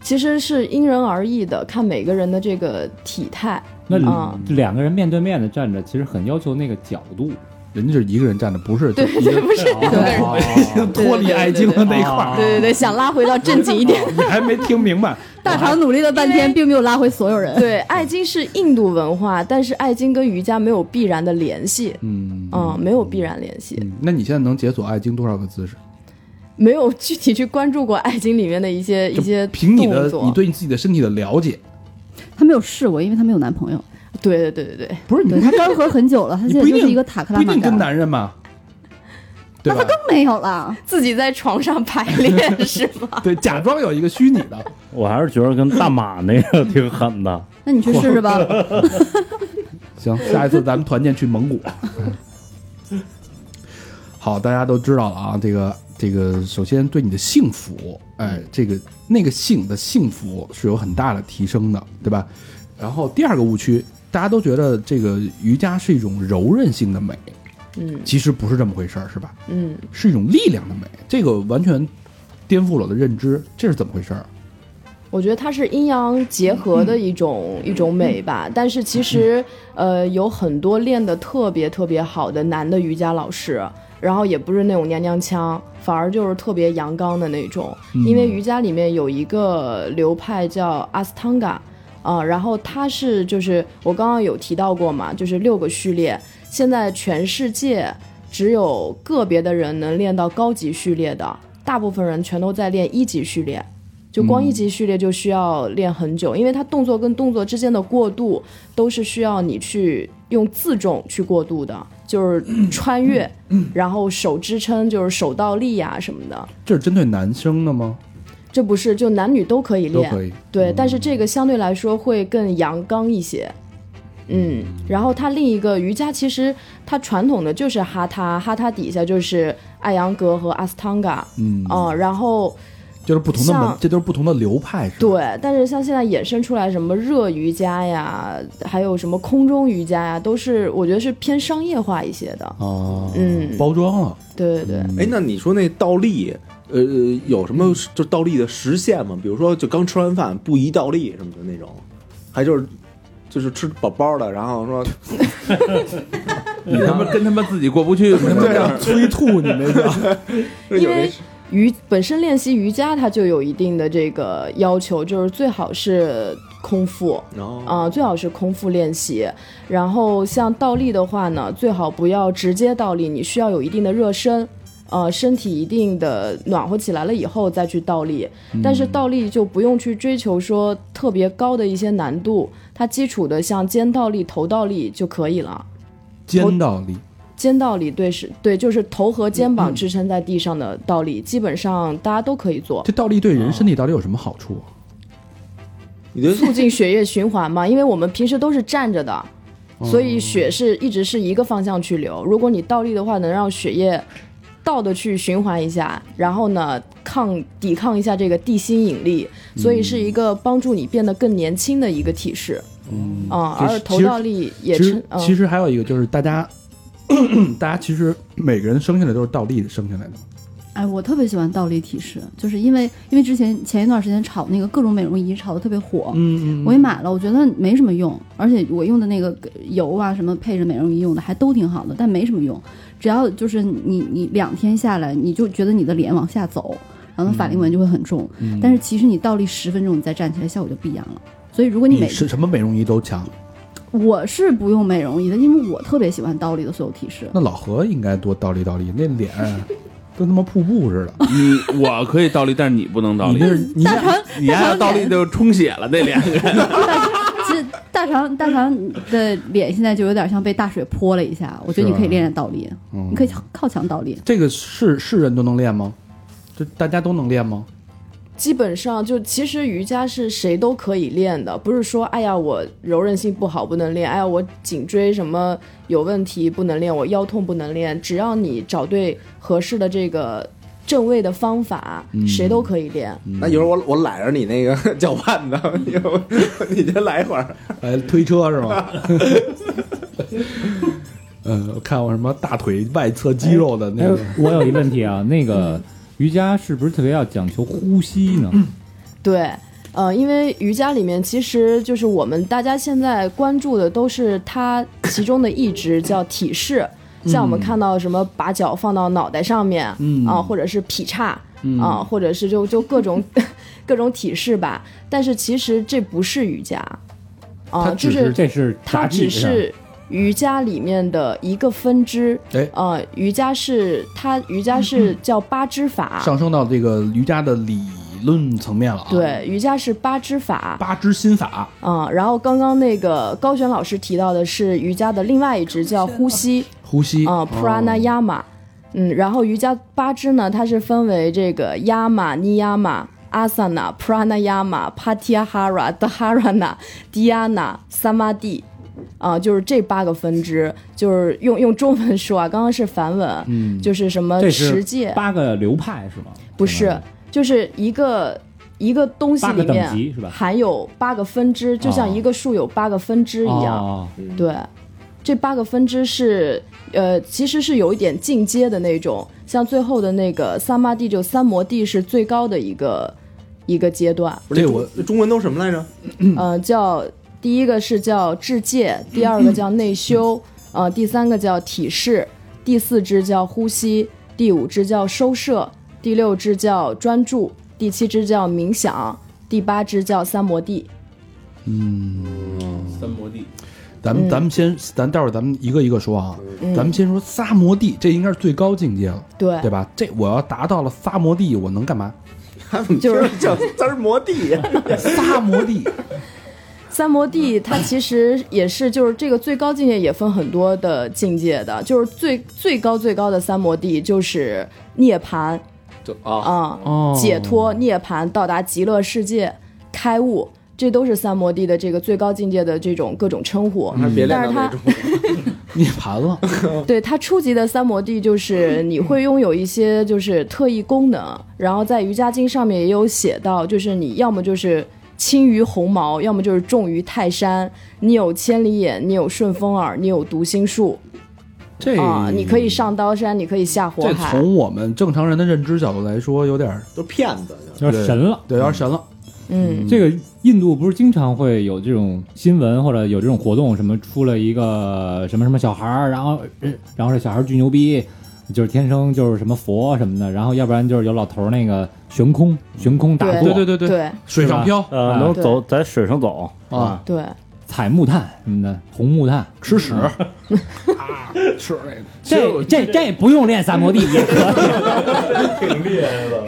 Speaker 7: 其实是因人而异的，看每个人的这个体态。
Speaker 8: 那
Speaker 7: 啊
Speaker 8: 两个人面对面的站着，其实很要求那个角度。
Speaker 2: 人家就是一个人站着，不是就 <laughs>
Speaker 7: <laughs> 对
Speaker 2: 一
Speaker 7: 对，
Speaker 2: 个
Speaker 7: 不是两个人。
Speaker 2: 啊
Speaker 9: <laughs>
Speaker 2: 脱离爱经的那一块儿。啊
Speaker 7: 对对对，想拉回到正经一点。
Speaker 2: 你还没听明白，
Speaker 4: 大肠努力了半天，并没有拉回所有人。
Speaker 7: <laughs> 对，爱经是印度文化，但是爱经跟瑜伽没有必然的联系。
Speaker 2: 嗯
Speaker 7: 嗯，没有必然联系，
Speaker 2: 嗯，那你现在能解锁爱经多少个姿势？
Speaker 7: 没有具体去关注过爱经里面的一些一
Speaker 2: 就
Speaker 7: 些
Speaker 2: 凭你的
Speaker 7: 动作
Speaker 2: 你对你自己的身体的了解，
Speaker 4: 她没有试过，因为她没有男朋友。
Speaker 7: 对对对对对，
Speaker 2: 不是
Speaker 4: 对
Speaker 2: 你
Speaker 4: 她干涸很久了，她
Speaker 2: 你
Speaker 4: 现在
Speaker 2: 不一
Speaker 4: 就是
Speaker 2: 定
Speaker 4: 一个塔克
Speaker 2: 不
Speaker 4: 拉
Speaker 2: 一
Speaker 4: 玛
Speaker 2: 定跟
Speaker 4: 干，
Speaker 2: 男人
Speaker 4: <laughs>
Speaker 2: 嘛，对
Speaker 4: 那
Speaker 2: 吧
Speaker 4: 她？更没有了。
Speaker 7: 自己在床上排
Speaker 2: <laughs>
Speaker 7: 练是吗？
Speaker 2: 对，假装有一个虚拟的，
Speaker 5: 我还是觉得跟大马那个挺狠的。
Speaker 4: 那你去试
Speaker 2: <laughs>
Speaker 4: 试吧。
Speaker 2: 行，下一次咱们团建去蒙古。好，大家都知道了啊，这个这个，首先对你的幸福，哎，这个那个幸的幸福是有很大的提升的，对吧？然后第二个误区，大家都觉得这个瑜伽是一种柔韧性的美，
Speaker 7: 嗯
Speaker 2: 其实不是这么回事儿，是吧？
Speaker 7: 嗯，
Speaker 2: 是一种力量的美，这个完全颠覆了我的认知，这是怎么回事儿？
Speaker 7: 我觉得它是阴阳结合的一种、一种美吧。但是其实，呃，有很多练得特别特别好的男的瑜伽老师，然后也不是那种娘娘腔，反而就是特别阳刚的那种。因为瑜伽里面有一个流派叫阿斯汤嘎，啊，然后它是就是我刚刚有提到过嘛，就是六个序列，现在全世界只有个别的人能练到高级序列的，大部分人全都在练一级序列。就光
Speaker 2: 嗯
Speaker 7: 一级序列就需要练很久，因为它动作跟动作之间的过渡都是需要你去用自重去过渡的，就是
Speaker 2: 嗯
Speaker 7: 穿越，然后手支撑就是手倒立呀、什么的。
Speaker 2: 这是针对男生的吗？
Speaker 7: 这不是就男女都可以
Speaker 2: 都
Speaker 7: 练，
Speaker 2: 可以。
Speaker 7: 对，但是这个相对来说会更阳刚一些。嗯，然后它另一个瑜伽，其实它传统的就是哈他，哈他底下就是艾扬格和阿斯汤嘎，
Speaker 2: 嗯，
Speaker 7: 嗯，然后
Speaker 2: 就是不同的门
Speaker 7: 像，
Speaker 2: 这都是不同的流派，是吧？
Speaker 7: 对，但是像现在衍生出来什么热瑜伽呀，还有什么空中瑜伽呀，都是我觉得是偏商业化一些的。
Speaker 2: 哦，
Speaker 7: 嗯
Speaker 2: 包嗯装啊了，
Speaker 7: 对对对，
Speaker 6: 哎，那你说那倒立，呃，有什么就倒立的时限吗？比如说，就刚吃完饭不宜倒立什么的那种，还就是就是吃饱饱的，然后说
Speaker 9: 你他妈跟他妈自己过不去吗？
Speaker 2: 对啊，催吐你那
Speaker 7: <laughs>
Speaker 2: 叫
Speaker 7: 因为瑜本身练习瑜伽，它就有一定的这个要求，就是最好是空腹。
Speaker 6: 然后
Speaker 7: 啊、最好是空腹练习。然后像倒立的话呢，最好不要直接倒立，你需要有一定的热身，呃，身体一定的暖和起来了以后再去倒立。但是倒立就不用去追求说特别高的一些难度，它基础的像肩倒立、头倒立就可以了。
Speaker 2: 尖倒立，
Speaker 7: 肩倒立对是，对，就是头和肩膀支撑在地上的倒立，基本上大家都可以做。
Speaker 2: 这倒立对
Speaker 7: 嗯
Speaker 2: 人身体到底有什么好处啊？
Speaker 6: 你就
Speaker 7: 促进血液循环 <laughs> 嘛，因为我们平时都是站着的，
Speaker 2: 哦
Speaker 7: 所以血是一直是一个方向去流。如果你倒立的话，能让血液倒的去循环一下，然后呢抗抵抗一下这个地心引力，所以是一个帮助你变得更年轻的一个体式。嗯，
Speaker 2: 就是
Speaker 7: 而头倒立也
Speaker 2: 其
Speaker 7: 称
Speaker 2: 实，
Speaker 7: 嗯，
Speaker 2: 其实还有一个就是大家， <clears throat> 大家其实每个人生下来都是倒立生下来的，
Speaker 4: 哎，我特别喜欢倒立体式，就是因为因为之前前一段时间炒那个各种美容仪炒的特别火，
Speaker 2: 嗯
Speaker 4: 我也买了，我觉得没什么用，而且我用的那个油啊什么配着美容仪用的还都挺好的，但没什么用。只要就是你你两天下来，你就觉得你的脸往下走，然后它法令纹就会很重。
Speaker 2: 嗯
Speaker 4: 但是其实你倒立十分钟，你再站起来效果就不一样了。所以如果你每
Speaker 2: 你是什么美容仪都强，
Speaker 4: 我是不用美容仪的，因为我特别喜欢倒立的所有体
Speaker 2: <laughs>
Speaker 4: 式。
Speaker 2: 那老何应该多倒立倒立，那脸啊
Speaker 7: <laughs>
Speaker 2: 跟他妈瀑布似的，
Speaker 9: 你我可以倒立，但是你不能倒
Speaker 2: 你
Speaker 9: 立
Speaker 2: 那。是你
Speaker 4: 大肠
Speaker 9: 你丫要
Speaker 4: 大
Speaker 9: 倒
Speaker 4: 肠
Speaker 9: 立
Speaker 4: 脸，
Speaker 9: 就充血了，那脸。
Speaker 4: 其实大肠大肠的脸现在就有点像被大水泼了一下，我觉得
Speaker 2: 是
Speaker 4: 你可以
Speaker 2: 吧
Speaker 4: 练练倒立，
Speaker 2: 嗯
Speaker 4: 你可以靠墙倒立。
Speaker 2: 这个是是人都能练吗？这大家都能练吗？
Speaker 7: 基本上就其实瑜伽是谁都可以练的，不是说哎呀我柔韧性不好不能练，哎呀我颈椎什么有问题不能练，我腰痛不能练。只要你找对合适的这个正位的方法，谁都可以练。
Speaker 6: 那一会儿我我揽着你那个 <laughs> 脚腕子， <laughs> 你你先来一会儿。
Speaker 2: 哎，推车是 <laughs> 吗？嗯，我看我什么大腿外侧肌肉的那
Speaker 8: 哎
Speaker 2: 个，，
Speaker 8: 我有一问题啊，那个瑜伽是不是特别要讲求呼吸呢？
Speaker 2: 嗯
Speaker 7: 对，呃，因为瑜伽里面其实就是我们大家现在关注的都是它其中的一支叫体式，像我们看到什么把脚放到脑袋上面，嗯啊，或者是劈叉，嗯啊，或者是就就各种 <laughs> 各种体式吧。但是其实这不是瑜伽，啊，
Speaker 8: 它
Speaker 7: 就
Speaker 8: 只
Speaker 7: 是
Speaker 8: 这是
Speaker 7: 它
Speaker 8: 杂技
Speaker 7: 只
Speaker 8: 上
Speaker 7: 是瑜伽里面的一个分支。
Speaker 2: 哎
Speaker 7: 呃，瑜伽是它瑜伽是叫八支法，
Speaker 2: 上升到这个瑜伽的理论层面了啊。，
Speaker 7: 对，瑜伽是八支法。
Speaker 2: 八支心法，
Speaker 7: 啊、然后刚刚那个高璇老师提到的是瑜伽的另外一支叫呼吸
Speaker 2: 呼吸
Speaker 7: 啊、p r a n a y a m a 嗯，然后瑜伽八支呢，它是分为这个 yama、niyama、asana、pranayama、pratyahara、dharana、dhyana、samadhi。啊、就是这八个分支，就是用用中文说啊，刚刚是梵文，
Speaker 2: 嗯
Speaker 7: 就是什么
Speaker 8: 这
Speaker 7: 呃持
Speaker 8: 是
Speaker 7: 戒，
Speaker 8: 八个流派是吗？
Speaker 7: 不是，就是一个一个东
Speaker 8: 嗯
Speaker 7: 西
Speaker 8: 八个
Speaker 7: 里面
Speaker 8: 等级是吧哦
Speaker 7: 含有八个分支，就像一个树有八个分支
Speaker 8: 一
Speaker 7: 一样。
Speaker 8: 哦
Speaker 7: 对，这八个分支是呃，其实是有一点进阶的那种，像最后的那个三摩地，就三摩地是最高的一个一个阶段。
Speaker 6: 不是
Speaker 2: 这我
Speaker 6: 那中文都什么来着？
Speaker 7: 呃，叫第一个是叫制戒，第二个叫内修，呃，第三个叫体式，第四支叫呼吸，第五支叫收摄，第六支叫专注，第七支叫冥想，第八支叫三摩地。
Speaker 9: 三摩地，
Speaker 2: 咱
Speaker 7: 嗯
Speaker 2: 们咱们先，咱待会儿咱们一个一个说啊。咱们先说萨摩地，这应该是最高境界了，
Speaker 7: 对
Speaker 2: 对吧？这我要达到了萨摩地，我能干
Speaker 7: <laughs>
Speaker 2: 嘛？
Speaker 6: 他怎么
Speaker 7: 就是
Speaker 6: 听着叫
Speaker 2: 嗯
Speaker 6: 滋儿摩地呀？
Speaker 2: 萨摩地，
Speaker 7: 三摩地它其实也是，就是这个最高境界也分很多的境界的，就是最最高最高的三摩地就是涅槃
Speaker 6: 就啊，
Speaker 7: 啊、
Speaker 2: 哦
Speaker 7: 解脱、涅槃、到达极乐世界、开悟，这都是三摩地的这个最高境界的这种各种称呼。
Speaker 6: 还别练到
Speaker 7: 但是
Speaker 6: 那
Speaker 7: 它
Speaker 6: 种。
Speaker 2: 涅槃了，
Speaker 7: 对它初级的三摩
Speaker 2: <laughs>
Speaker 7: 地就是你会拥有一些就是特异功能，然后在瑜伽经上面也有写到，就是你要么就是轻于鸿毛，要么就是重于泰山。你有千里眼，你有顺风耳，你有读心术
Speaker 2: 这
Speaker 7: 啊，你可以。上刀山，你可以下火
Speaker 2: 这
Speaker 7: 海。
Speaker 2: 从我们正常人的认知角度来说，有点儿
Speaker 6: 都是骗子，
Speaker 8: 有点神了。
Speaker 2: 对，有点儿神了。
Speaker 7: 嗯，
Speaker 8: 这个印度不是经常会有这种新闻或者有这种活动，什么出了一个什么什么小孩儿，然后呃然后这小孩儿巨牛逼，就是天生就是什么佛什么的，然后要不然就是有老头儿那个悬空悬空打坐，
Speaker 2: 对对对对，
Speaker 7: 对
Speaker 2: 水上漂，
Speaker 5: 呃，
Speaker 8: 啊
Speaker 5: 能
Speaker 7: 对
Speaker 5: 走在水上走
Speaker 2: 啊，
Speaker 7: 对，
Speaker 8: 踩木炭什么的，红木炭。
Speaker 2: 吃屎，嗯
Speaker 8: 这这这不用练萨摩地也可以，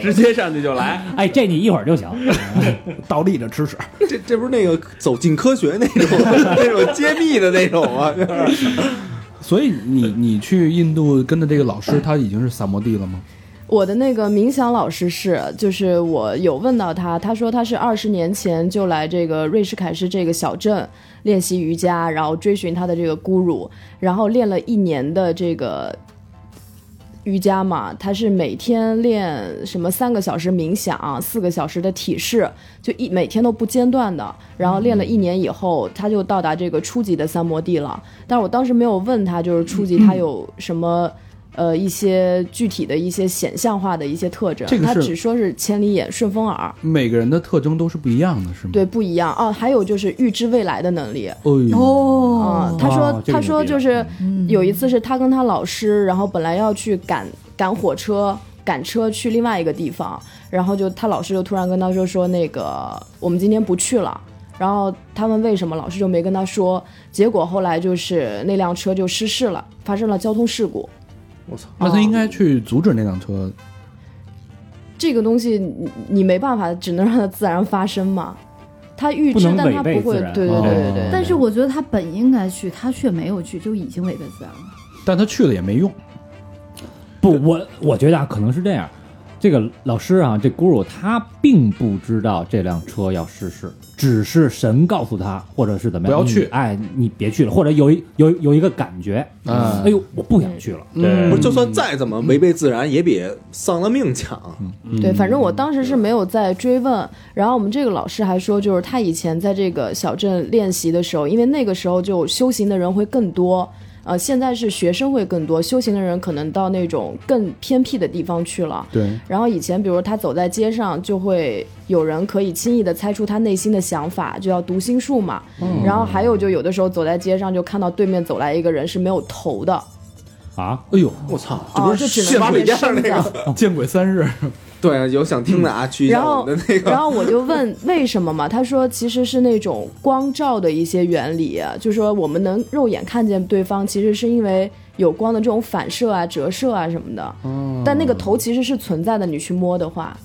Speaker 2: <laughs>
Speaker 9: 直接上去就来。
Speaker 8: 哎，这你一会儿就行。
Speaker 2: 倒立着吃屎。
Speaker 6: 这这不是那个走进科学那种 <laughs> 那种揭秘的那种啊？
Speaker 2: 所以你你去印度跟的这个老师，他已经是萨摩地了吗？
Speaker 7: 我的那个冥想老师是，就是我有问到他，他说他是二十年前就来这个瑞士凯诗这个小镇练习瑜伽，然后追寻他的这个 guru，然后练了一年的这个瑜伽嘛，他是每天练什么三个小时冥想，啊四个小时的体式，就一每天都不间断的，然后练了一年以后，他就到达这个初级的三摩地了。但是我当时没有问他，就是初级他有什
Speaker 2: <laughs>
Speaker 7: 么。呃，一些具体的一些显象化的一些特征，
Speaker 2: 这个
Speaker 7: 他
Speaker 2: 是
Speaker 7: 只说是千里眼、顺风耳，
Speaker 2: 每个人的特征都是不一样的，是吗？
Speaker 7: 对，不一样哦。还有就是预知未来的能力，
Speaker 2: 哎呦，
Speaker 7: 嗯，
Speaker 4: 哦，
Speaker 7: 他说、
Speaker 8: 哦这个
Speaker 7: 他
Speaker 8: 牛
Speaker 7: 说
Speaker 8: 逼
Speaker 7: 就是有一次是他跟他老师，然后本来要去赶赶火车赶车去另外一个地方，然后就他老师就突然跟他说说那个我们今天不去了。然后他问为什么，老师就没跟他说。结果后来就是那辆车就失事了，发生了交通事故。
Speaker 6: 我操！
Speaker 2: 那他应该去阻止那辆车。
Speaker 7: 这个东西你你没办法，只能让它自然发生嘛。他预
Speaker 8: 不
Speaker 7: 知
Speaker 8: 能，
Speaker 7: 但他
Speaker 8: 违背
Speaker 7: 不会
Speaker 8: 自然。哦
Speaker 7: 对对对对
Speaker 2: 嗯
Speaker 7: 对。
Speaker 4: 但是我觉得他本应该去，他却没有去，就已经违背自然了。
Speaker 2: 但他去了也没用，
Speaker 8: 不，我我觉得啊，可能是这样。这个老师啊，这 guru 他并不知道这辆车要失事，只是神告诉他，或者是怎么样，
Speaker 2: 不要去
Speaker 8: 你哎，你别去了，或者有一有有一个感觉，
Speaker 2: 嗯
Speaker 8: 哎呦，我不想去了。
Speaker 6: 不
Speaker 5: 对
Speaker 6: 是，就算再怎么违背自然，也比丧了命强。
Speaker 2: 嗯
Speaker 7: 对，反正我当时是没有在追问。然后我们这个老师还说，就是他以前在这个小镇练习的时候，因为那个时候就修行的人会更多，呃，现在是学生会更多，修行的人可能到那种更偏僻的地方去了。
Speaker 2: 对，
Speaker 7: 然后以前，比如他走在街上，就会有人可以轻易的猜出他内心的想法，就叫读心术嘛。然后还有就有的时候走在街上，就看到对面走来一个人是没有头的，
Speaker 8: 啊，
Speaker 2: 哎呦，
Speaker 6: 我操！这
Speaker 7: 啊，
Speaker 6: 不
Speaker 7: 就是只
Speaker 6: 现
Speaker 7: 能
Speaker 6: 北
Speaker 7: 变
Speaker 6: 边
Speaker 7: 身
Speaker 6: 那
Speaker 7: 子。
Speaker 6: 个？
Speaker 2: 见鬼三日，
Speaker 6: 对啊，有想听的
Speaker 2: 嗯
Speaker 6: 啊，去一下
Speaker 7: 然后
Speaker 6: 我们的那
Speaker 7: 然
Speaker 6: 个。
Speaker 7: 后我就问为什么嘛？他说其实是那种光照的一些原理、啊就说我们能肉眼看见对方，其实是因为有光的这种反射啊、折射啊什么的。
Speaker 6: 哦
Speaker 7: 但那个头其实是存在的，你去摸的话，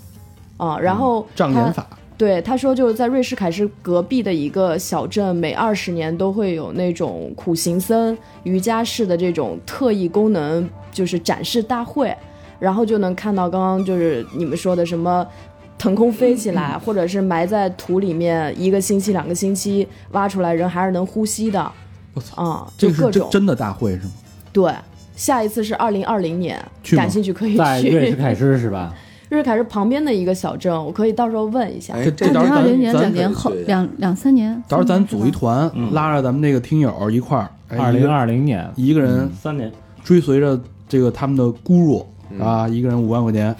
Speaker 7: 啊，然后
Speaker 2: 障
Speaker 7: 他
Speaker 2: 眼法。
Speaker 7: 对，他说就是在瑞士凯诗隔壁的一个小镇，每二十年都会有那种苦行僧瑜伽式的这种特异功能，就是展示大会，然后就能看到刚刚就是你们说的什么。腾空飞起
Speaker 2: 嗯
Speaker 7: 来，或者是埋在土里面一个星期、两个星期，挖出来人还是能呼吸的。
Speaker 2: 我操
Speaker 7: 啊、
Speaker 2: 这
Speaker 7: 就
Speaker 2: 个
Speaker 7: 各
Speaker 2: 是真
Speaker 7: 种
Speaker 2: 真的大会是吗？
Speaker 7: 对。下一次是二零二零年，
Speaker 2: 去吗
Speaker 7: 感兴趣可以
Speaker 8: 在
Speaker 7: 去
Speaker 8: 瑞士凯诗是吧？
Speaker 7: 瑞士凯诗旁边的一个小镇，我可以到时候问一下。
Speaker 6: 哎，
Speaker 2: 这这
Speaker 6: 这
Speaker 2: 到时候
Speaker 4: 二
Speaker 2: 咱
Speaker 4: 零年
Speaker 2: 咱
Speaker 4: 两年后
Speaker 6: 可以去
Speaker 4: 两两三年，嗯
Speaker 2: 到时候咱
Speaker 4: 三
Speaker 2: 组一
Speaker 4: 年是吧
Speaker 2: 团，拉着咱们这个听友一块儿，哎
Speaker 8: 二零二零年，
Speaker 2: 一个人
Speaker 5: 三年
Speaker 2: 追随着这个他们的 guru 啊，一个人五万块钱，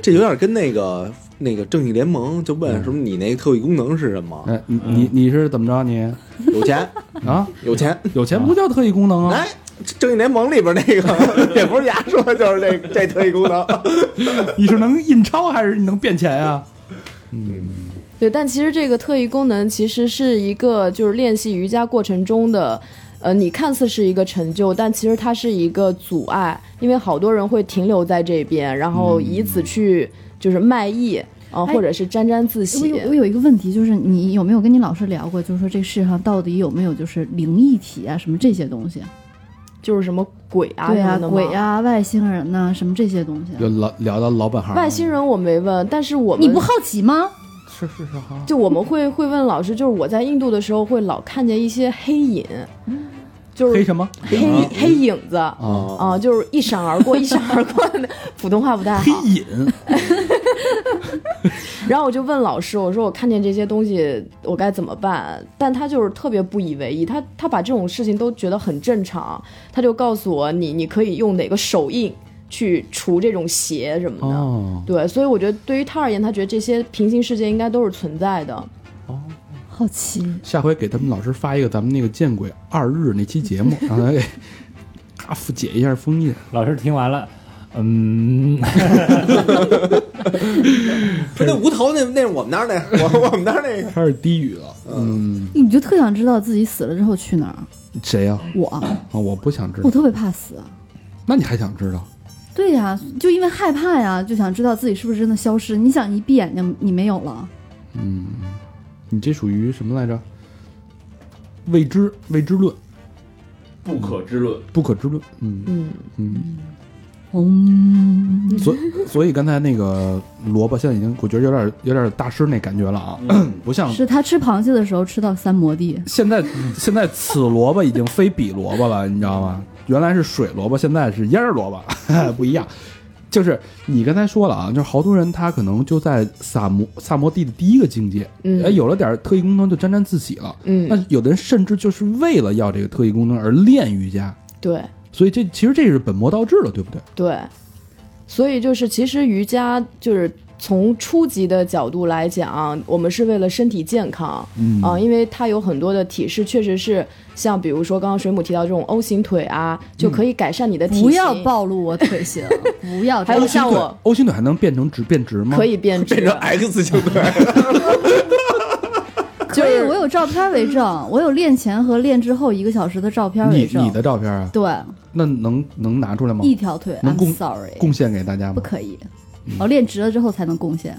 Speaker 6: 这有点跟那个那个正义联盟就问什么你那特异功能是什么？
Speaker 2: 哎，你你你是怎么着你
Speaker 7: 嗯
Speaker 6: 有钱，
Speaker 2: 啊？
Speaker 6: 有
Speaker 7: <laughs>
Speaker 6: 钱。
Speaker 2: 有钱不叫特异功能啊？
Speaker 6: 哎，正义联盟里边那个 <laughs> 蝙蝠侠说的就是这这特异功
Speaker 2: <laughs>
Speaker 6: 能。
Speaker 2: 你是能印钞还是你能变钱啊？
Speaker 7: 对，但其实这个特异功能其实是一个就是练习瑜伽过程中的，呃，你看似是一个成就，但其实它是一个阻碍，因为好多人会停留在这边，然后以此去就是卖艺啊、呃
Speaker 4: 哎
Speaker 7: 或者是沾沾自
Speaker 4: 我
Speaker 7: 喜。
Speaker 4: 有我有一个问题，就是你有没有跟你老师聊过，就是说这世上到底有没有就是灵异体啊，什么这些东西？
Speaker 7: 就是什么鬼啊
Speaker 4: 对
Speaker 7: 什
Speaker 4: 啊，
Speaker 7: 么的吗
Speaker 4: 鬼啊，外星人呐、什么这些东西。
Speaker 2: 就老聊到老本行了，
Speaker 7: 外星人我没问，但是我们
Speaker 4: 你不好奇吗？
Speaker 2: 是是是哈，
Speaker 7: 就我们会会问老师，就是我在印度的时候会老看见一些黑影，
Speaker 4: 嗯
Speaker 7: 就是
Speaker 2: 黑什么？
Speaker 7: 黑黑影子啊、
Speaker 2: 啊，
Speaker 7: 就是一闪而
Speaker 2: <laughs>
Speaker 7: 过，一闪而过的，普通话不太好。
Speaker 2: 黑影
Speaker 7: <laughs> 然后我就问老师，我说我看见这些东西，我该怎么办？但他就是特别不以为意，他他把这种事情都觉得很正常，他就告诉我你你可以用哪个手印去除这种邪什么的。
Speaker 2: 哦，
Speaker 7: 对，所以我觉得对于他而言，他觉得这些平行世界应该都是存在的。
Speaker 4: 好奇，
Speaker 2: 下回给他们老师发一个咱们那个见鬼二日那期节目，让他给咔复解一下封印。
Speaker 8: 老师听完了，嗯， <laughs>
Speaker 6: 说那无头那那是我们那儿那，我我们那儿那
Speaker 2: <laughs> 开始低语了，嗯，
Speaker 4: 你就特想知道自己死了之后去哪儿？
Speaker 2: 谁呀？
Speaker 4: 我，
Speaker 2: 啊，我不想知道，
Speaker 4: 我特别怕死啊。
Speaker 2: 那你还想知道？
Speaker 4: 对呀、就因为害怕呀，就想知道自己是不是真的消失。你想，一闭眼睛你没有了，
Speaker 2: 你这属于什么来着？未知未知论，
Speaker 9: 不可知论。
Speaker 2: 不可知论。嗯
Speaker 7: 嗯，
Speaker 2: 嗯，
Speaker 4: 嗯，
Speaker 2: 所以所以刚才那个萝卜现在已经，我觉得有点有点大师那感觉了啊，
Speaker 9: 嗯
Speaker 2: 不像
Speaker 4: 是他吃螃蟹的时候吃到三摩地，
Speaker 2: 现在现在此萝卜已经非彼萝卜了，你知道吗？原来是水萝卜，现在是腌儿萝卜， <laughs> 不一样。就是你刚才说了啊，就是好多人他可能就在萨摩萨摩地的第一个境界，
Speaker 7: 嗯
Speaker 2: 哎，有了点特异功能就沾沾自喜了。
Speaker 7: 嗯
Speaker 2: 那有的人甚至就是为了要这个特异功能而练瑜伽，
Speaker 7: 对
Speaker 2: 所以这其实这是本末倒置了，对不对？
Speaker 7: 对，所以就是其实瑜伽就是从初级的角度来讲，我们是为了身体健康。
Speaker 2: 嗯
Speaker 7: 啊，因为它有很多的体式，确实是像比如说刚刚水母提到这种 O 型腿啊，就可以改善你的体型。
Speaker 4: 不要暴露我腿
Speaker 7: <laughs>
Speaker 4: 型，不要这
Speaker 7: 还有
Speaker 4: 样。
Speaker 7: 像
Speaker 2: 对
Speaker 7: 我
Speaker 2: 欧型腿还能变成直变直吗？
Speaker 7: 可，以
Speaker 6: <laughs>
Speaker 7: 变
Speaker 6: 变
Speaker 7: 直
Speaker 6: 成，X 型腿，
Speaker 7: 就
Speaker 4: 可以，
Speaker 7: 是
Speaker 4: 我有照片为证，我有练前和练之后一个小时的照片为
Speaker 2: 你
Speaker 4: 证。
Speaker 2: 你的照片啊，
Speaker 4: 对，
Speaker 2: 那能能拿出来吗？
Speaker 4: 一条腿
Speaker 2: 能
Speaker 4: ，I'm
Speaker 2: 供
Speaker 4: sorry，
Speaker 2: 贡献给大家
Speaker 4: 不
Speaker 2: 吗？
Speaker 4: 可以，我练直了之后才能贡献。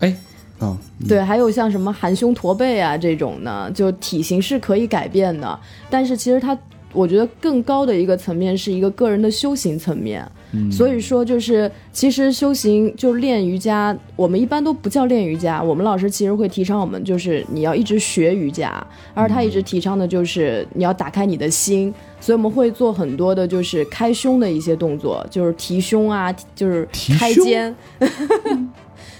Speaker 2: 哎，啊、嗯
Speaker 7: 对，还有像什么含胸驼背啊这种呢，就体型是可以改变的，但是其实它。我觉得更高的一个层面是一个个人的修行层面，
Speaker 2: 嗯
Speaker 7: 所以说就是其实修行就是练瑜伽，我们一般都不叫练瑜伽，我们老师其实会提倡我们就是你要一直学瑜伽，而他一直提倡的就是你要打开你的心，所以我们会做很多的就是开胸的一些动作，就是提胸啊，就是
Speaker 2: 提
Speaker 7: 开
Speaker 2: 胸
Speaker 7: 肩，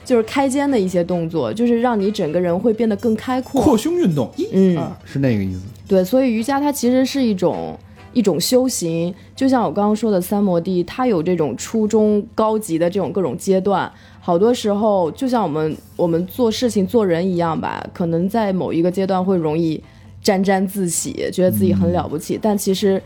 Speaker 7: 就是开肩的一些动作，就是让你整个人会变得更开阔。
Speaker 2: 扩胸运动，啊一、
Speaker 7: 嗯
Speaker 2: 二是那个意思。
Speaker 7: 对，所以瑜伽它其实是一种一种修行，就像我刚刚说的三摩地，它有这种初中高级的这种各种阶段。好多时候，就像我们我们做事情做人一样吧，可能在某一个阶段会容易沾沾自喜，觉得自己很了不起，
Speaker 2: 嗯
Speaker 7: 但其实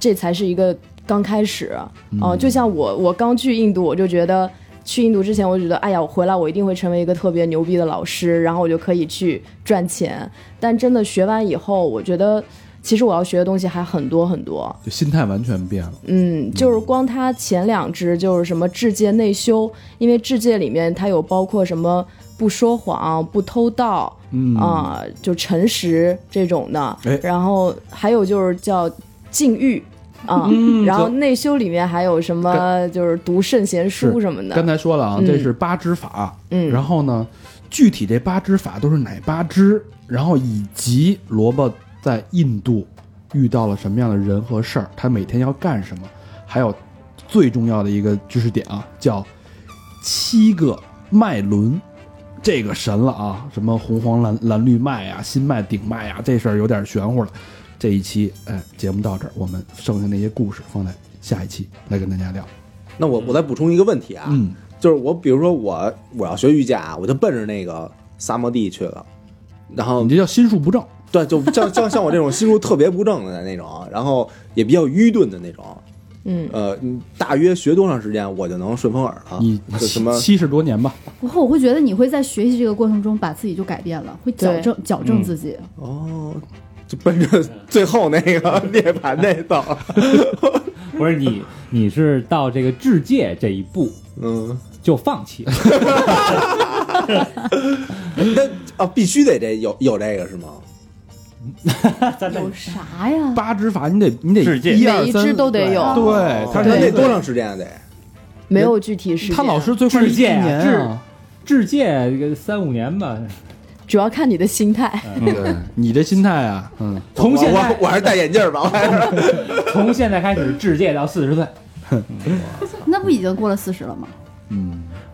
Speaker 7: 这才是一个刚开始。哦、
Speaker 2: 嗯
Speaker 7: 就像我我刚去印度，我就觉得。去印度之前，我觉得，哎呀，我回来我一定会成为一个特别牛逼的老师，然后我就可以去赚钱。但真的学完以后，我觉得其实我要学的东西还很多很多。
Speaker 2: 就心态完全变了。
Speaker 7: 嗯，就是光它前两支就是什么智戒内修，因为智戒里面它有包括什么不说谎、不偷盗啊、
Speaker 2: 嗯，
Speaker 7: 就诚实这种的
Speaker 2: 哎。
Speaker 7: 然后还有就是叫禁欲。啊、
Speaker 2: 嗯
Speaker 7: 然后
Speaker 2: 这
Speaker 7: 内修里面还有什么就是读圣贤书
Speaker 2: 是
Speaker 7: 什么的，
Speaker 2: 刚才说了啊，
Speaker 7: 嗯
Speaker 2: 这是八支法。
Speaker 7: 嗯
Speaker 2: 然后呢，具体这八支法都是哪八支？然后以及萝卜在印度遇到了什么样的人和事儿，他每天要干什么？还有最重要的一个知识点啊，叫七个脉轮。这个神了啊，什么红黄蓝蓝绿脉啊，心脉顶脉啊，这事儿有点玄乎了。这一期哎，节目到这儿，我们剩下那些故事放在下一期来跟大家聊。
Speaker 6: 那我我再补充一个问题啊，
Speaker 2: 嗯，
Speaker 6: 就是我，比如说我我要学瑜伽，我就奔着那个萨摩地去了，然
Speaker 7: 哦
Speaker 6: 后
Speaker 2: 你这叫心术不正。
Speaker 6: 对，就像像像我这种心术特别不正的那种，然后也比较愚钝的那种，
Speaker 7: 嗯，
Speaker 6: 呃，你大约学多长时间我就能顺风耳了？
Speaker 2: 你
Speaker 6: 就什么
Speaker 2: 七七十多年吧，
Speaker 4: 不过我会觉得你会在学习这个过程中把自己就改变了，会矫
Speaker 7: 对
Speaker 4: 正矫
Speaker 2: 嗯
Speaker 4: 正自己。
Speaker 6: 哦，就奔着最后那
Speaker 2: <laughs>
Speaker 6: 个涅槃那走了。
Speaker 8: 不是你，你是到这个智界这一步
Speaker 6: 嗯，
Speaker 8: 就放弃了，
Speaker 6: 那啊，必须得这有有这个是吗？
Speaker 4: 有啥呀？
Speaker 2: 八指法你得你得
Speaker 5: 世界
Speaker 2: 一二
Speaker 7: 每一
Speaker 2: 三
Speaker 7: 支都得有
Speaker 2: 对，他
Speaker 6: 那
Speaker 2: 是
Speaker 6: 得
Speaker 2: 那
Speaker 6: 多长时间啊？得
Speaker 7: 没有具体时间。
Speaker 2: 他老是 <laughs> 最快是
Speaker 8: 世
Speaker 2: 一
Speaker 8: 界啊
Speaker 2: 年啊。
Speaker 8: 智界这个三五年吧，
Speaker 7: 主要看你的心态。
Speaker 2: 对，你这心态啊，嗯，
Speaker 8: 从现
Speaker 6: 我
Speaker 8: 在
Speaker 6: 我我还是戴眼镜儿吧，我还是
Speaker 8: 从现在开始智界到四十岁，
Speaker 4: 那不已经过了四十了吗？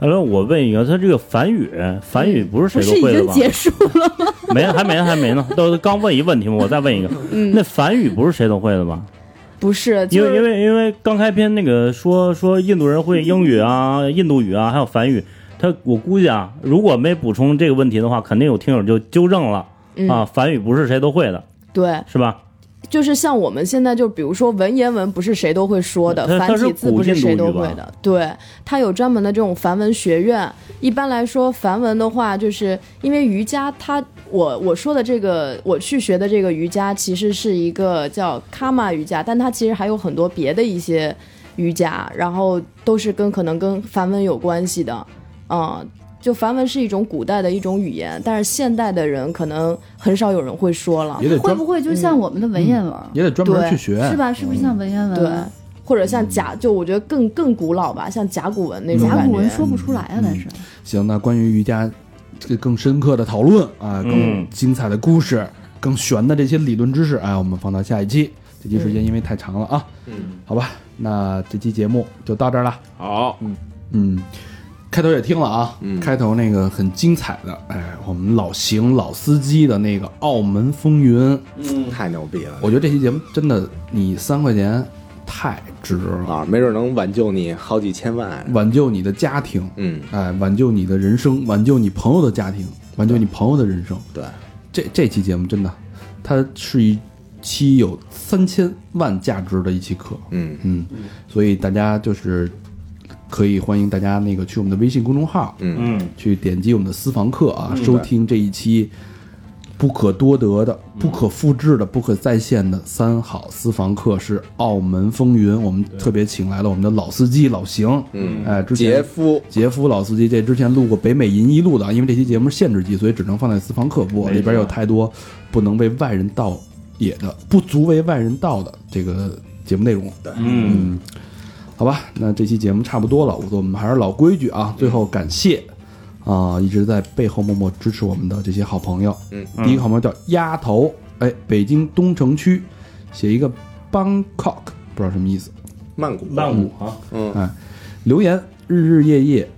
Speaker 5: 完了，呃我问一个，他这个梵语，梵语不是
Speaker 4: 不
Speaker 5: 谁都
Speaker 4: 是已
Speaker 5: 会的
Speaker 4: 经
Speaker 5: 吧？
Speaker 4: 结束了吗？
Speaker 5: 没，还没，还没呢。都刚问一问题嘛，我再问一个。
Speaker 8: 嗯
Speaker 5: 那梵语不是谁都会的吧？
Speaker 7: <laughs> 不是，
Speaker 5: 因
Speaker 7: 就
Speaker 5: 为因
Speaker 7: 是
Speaker 5: 为因为刚开篇那个说说印度人会英语啊、印度语啊，还有梵语。他我估计啊，如果没补充这个问题的话，肯定有听友就纠正了、啊，
Speaker 7: 嗯，
Speaker 5: 梵语不是谁都会的，
Speaker 7: 对，
Speaker 5: 是吧？
Speaker 7: 就是像我们现在就比如说文言文不是谁都会说的
Speaker 5: 它，它
Speaker 7: 繁
Speaker 5: 是
Speaker 7: 体字不是谁都会
Speaker 5: 古印度
Speaker 7: 的，对，它有专门的这种梵文学院。一般来说，梵文的话，就是因为瑜伽它，我我说的这个我去学的这个瑜伽，其实是一个叫卡玛瑜伽，但它其实还有很多别的一些瑜伽，然后都是跟可能跟梵文有关系的，嗯。就梵文是一种古代的一种语言，但是现代的人可能很少有人会说了。
Speaker 2: 也得
Speaker 4: 会
Speaker 2: 专
Speaker 4: 不会就像我们的文言文？
Speaker 2: 也得专门
Speaker 7: 对
Speaker 2: 去学，嗯
Speaker 4: 是吧？是不是像文言文？啊
Speaker 7: 对，或者像甲，就我觉得更更古老吧，像甲骨文那
Speaker 4: 嗯
Speaker 7: 种
Speaker 4: 甲
Speaker 7: 感
Speaker 4: 骨文
Speaker 7: 觉。
Speaker 4: 说不出来啊，
Speaker 2: 嗯
Speaker 4: 但是
Speaker 2: 行，那关于瑜伽这个更深刻的讨论啊，更
Speaker 5: 嗯
Speaker 2: 精彩的故事，更玄的这些理论知识，哎，我们放到下一期。这期时间因为太长了啊，
Speaker 6: 嗯，
Speaker 2: 好吧，那这期节目就到这儿了。
Speaker 9: 好，
Speaker 2: 嗯，开头也听了啊，
Speaker 6: 嗯
Speaker 2: 开头那个很精彩的，哎，我们老邢老司机的那个澳门风云，
Speaker 6: 太牛逼了
Speaker 2: 我觉得这期节目真的，你三块钱太值了，
Speaker 6: 啊！没准能挽救你好几千万。
Speaker 2: 挽救你的家庭，
Speaker 6: 嗯，
Speaker 2: 哎，挽救你的人生，挽救你朋友的家庭，挽救你朋友的人生。
Speaker 6: 对，
Speaker 2: 这这期节目真的，它是一期有三千万价值的一期课，
Speaker 6: 嗯，
Speaker 2: 嗯，所以大家就是可以欢迎大家那个去我们的微信公众号，
Speaker 6: 嗯
Speaker 5: 嗯，
Speaker 2: 去点击我们的私房课啊，收听这一期不可多得的、不可复制的、不可再现的三好私房课是澳门风云，我们特别请来了我们的老司机老邢，
Speaker 6: 嗯
Speaker 2: 哎，之前
Speaker 6: 杰夫，
Speaker 2: 杰夫老司机这之前录过北美银一路的，因为这期节目限制级，所以只能放在私房课播，里边有太多不能为外人道也的、不足为外人道的这个节目内容。
Speaker 5: 嗯，
Speaker 2: 好吧，那这期节目差不多了，我我们还是老规矩啊，最后感谢啊、一直在背后默默支持我们的这些好朋友。
Speaker 6: 嗯，
Speaker 2: 第一个好朋友叫丫头，哎，北京东城区写一个 Bangkok，不知道什么意思。
Speaker 6: 曼谷，
Speaker 5: 曼谷啊，
Speaker 6: 嗯，
Speaker 2: 哎，留言日日夜夜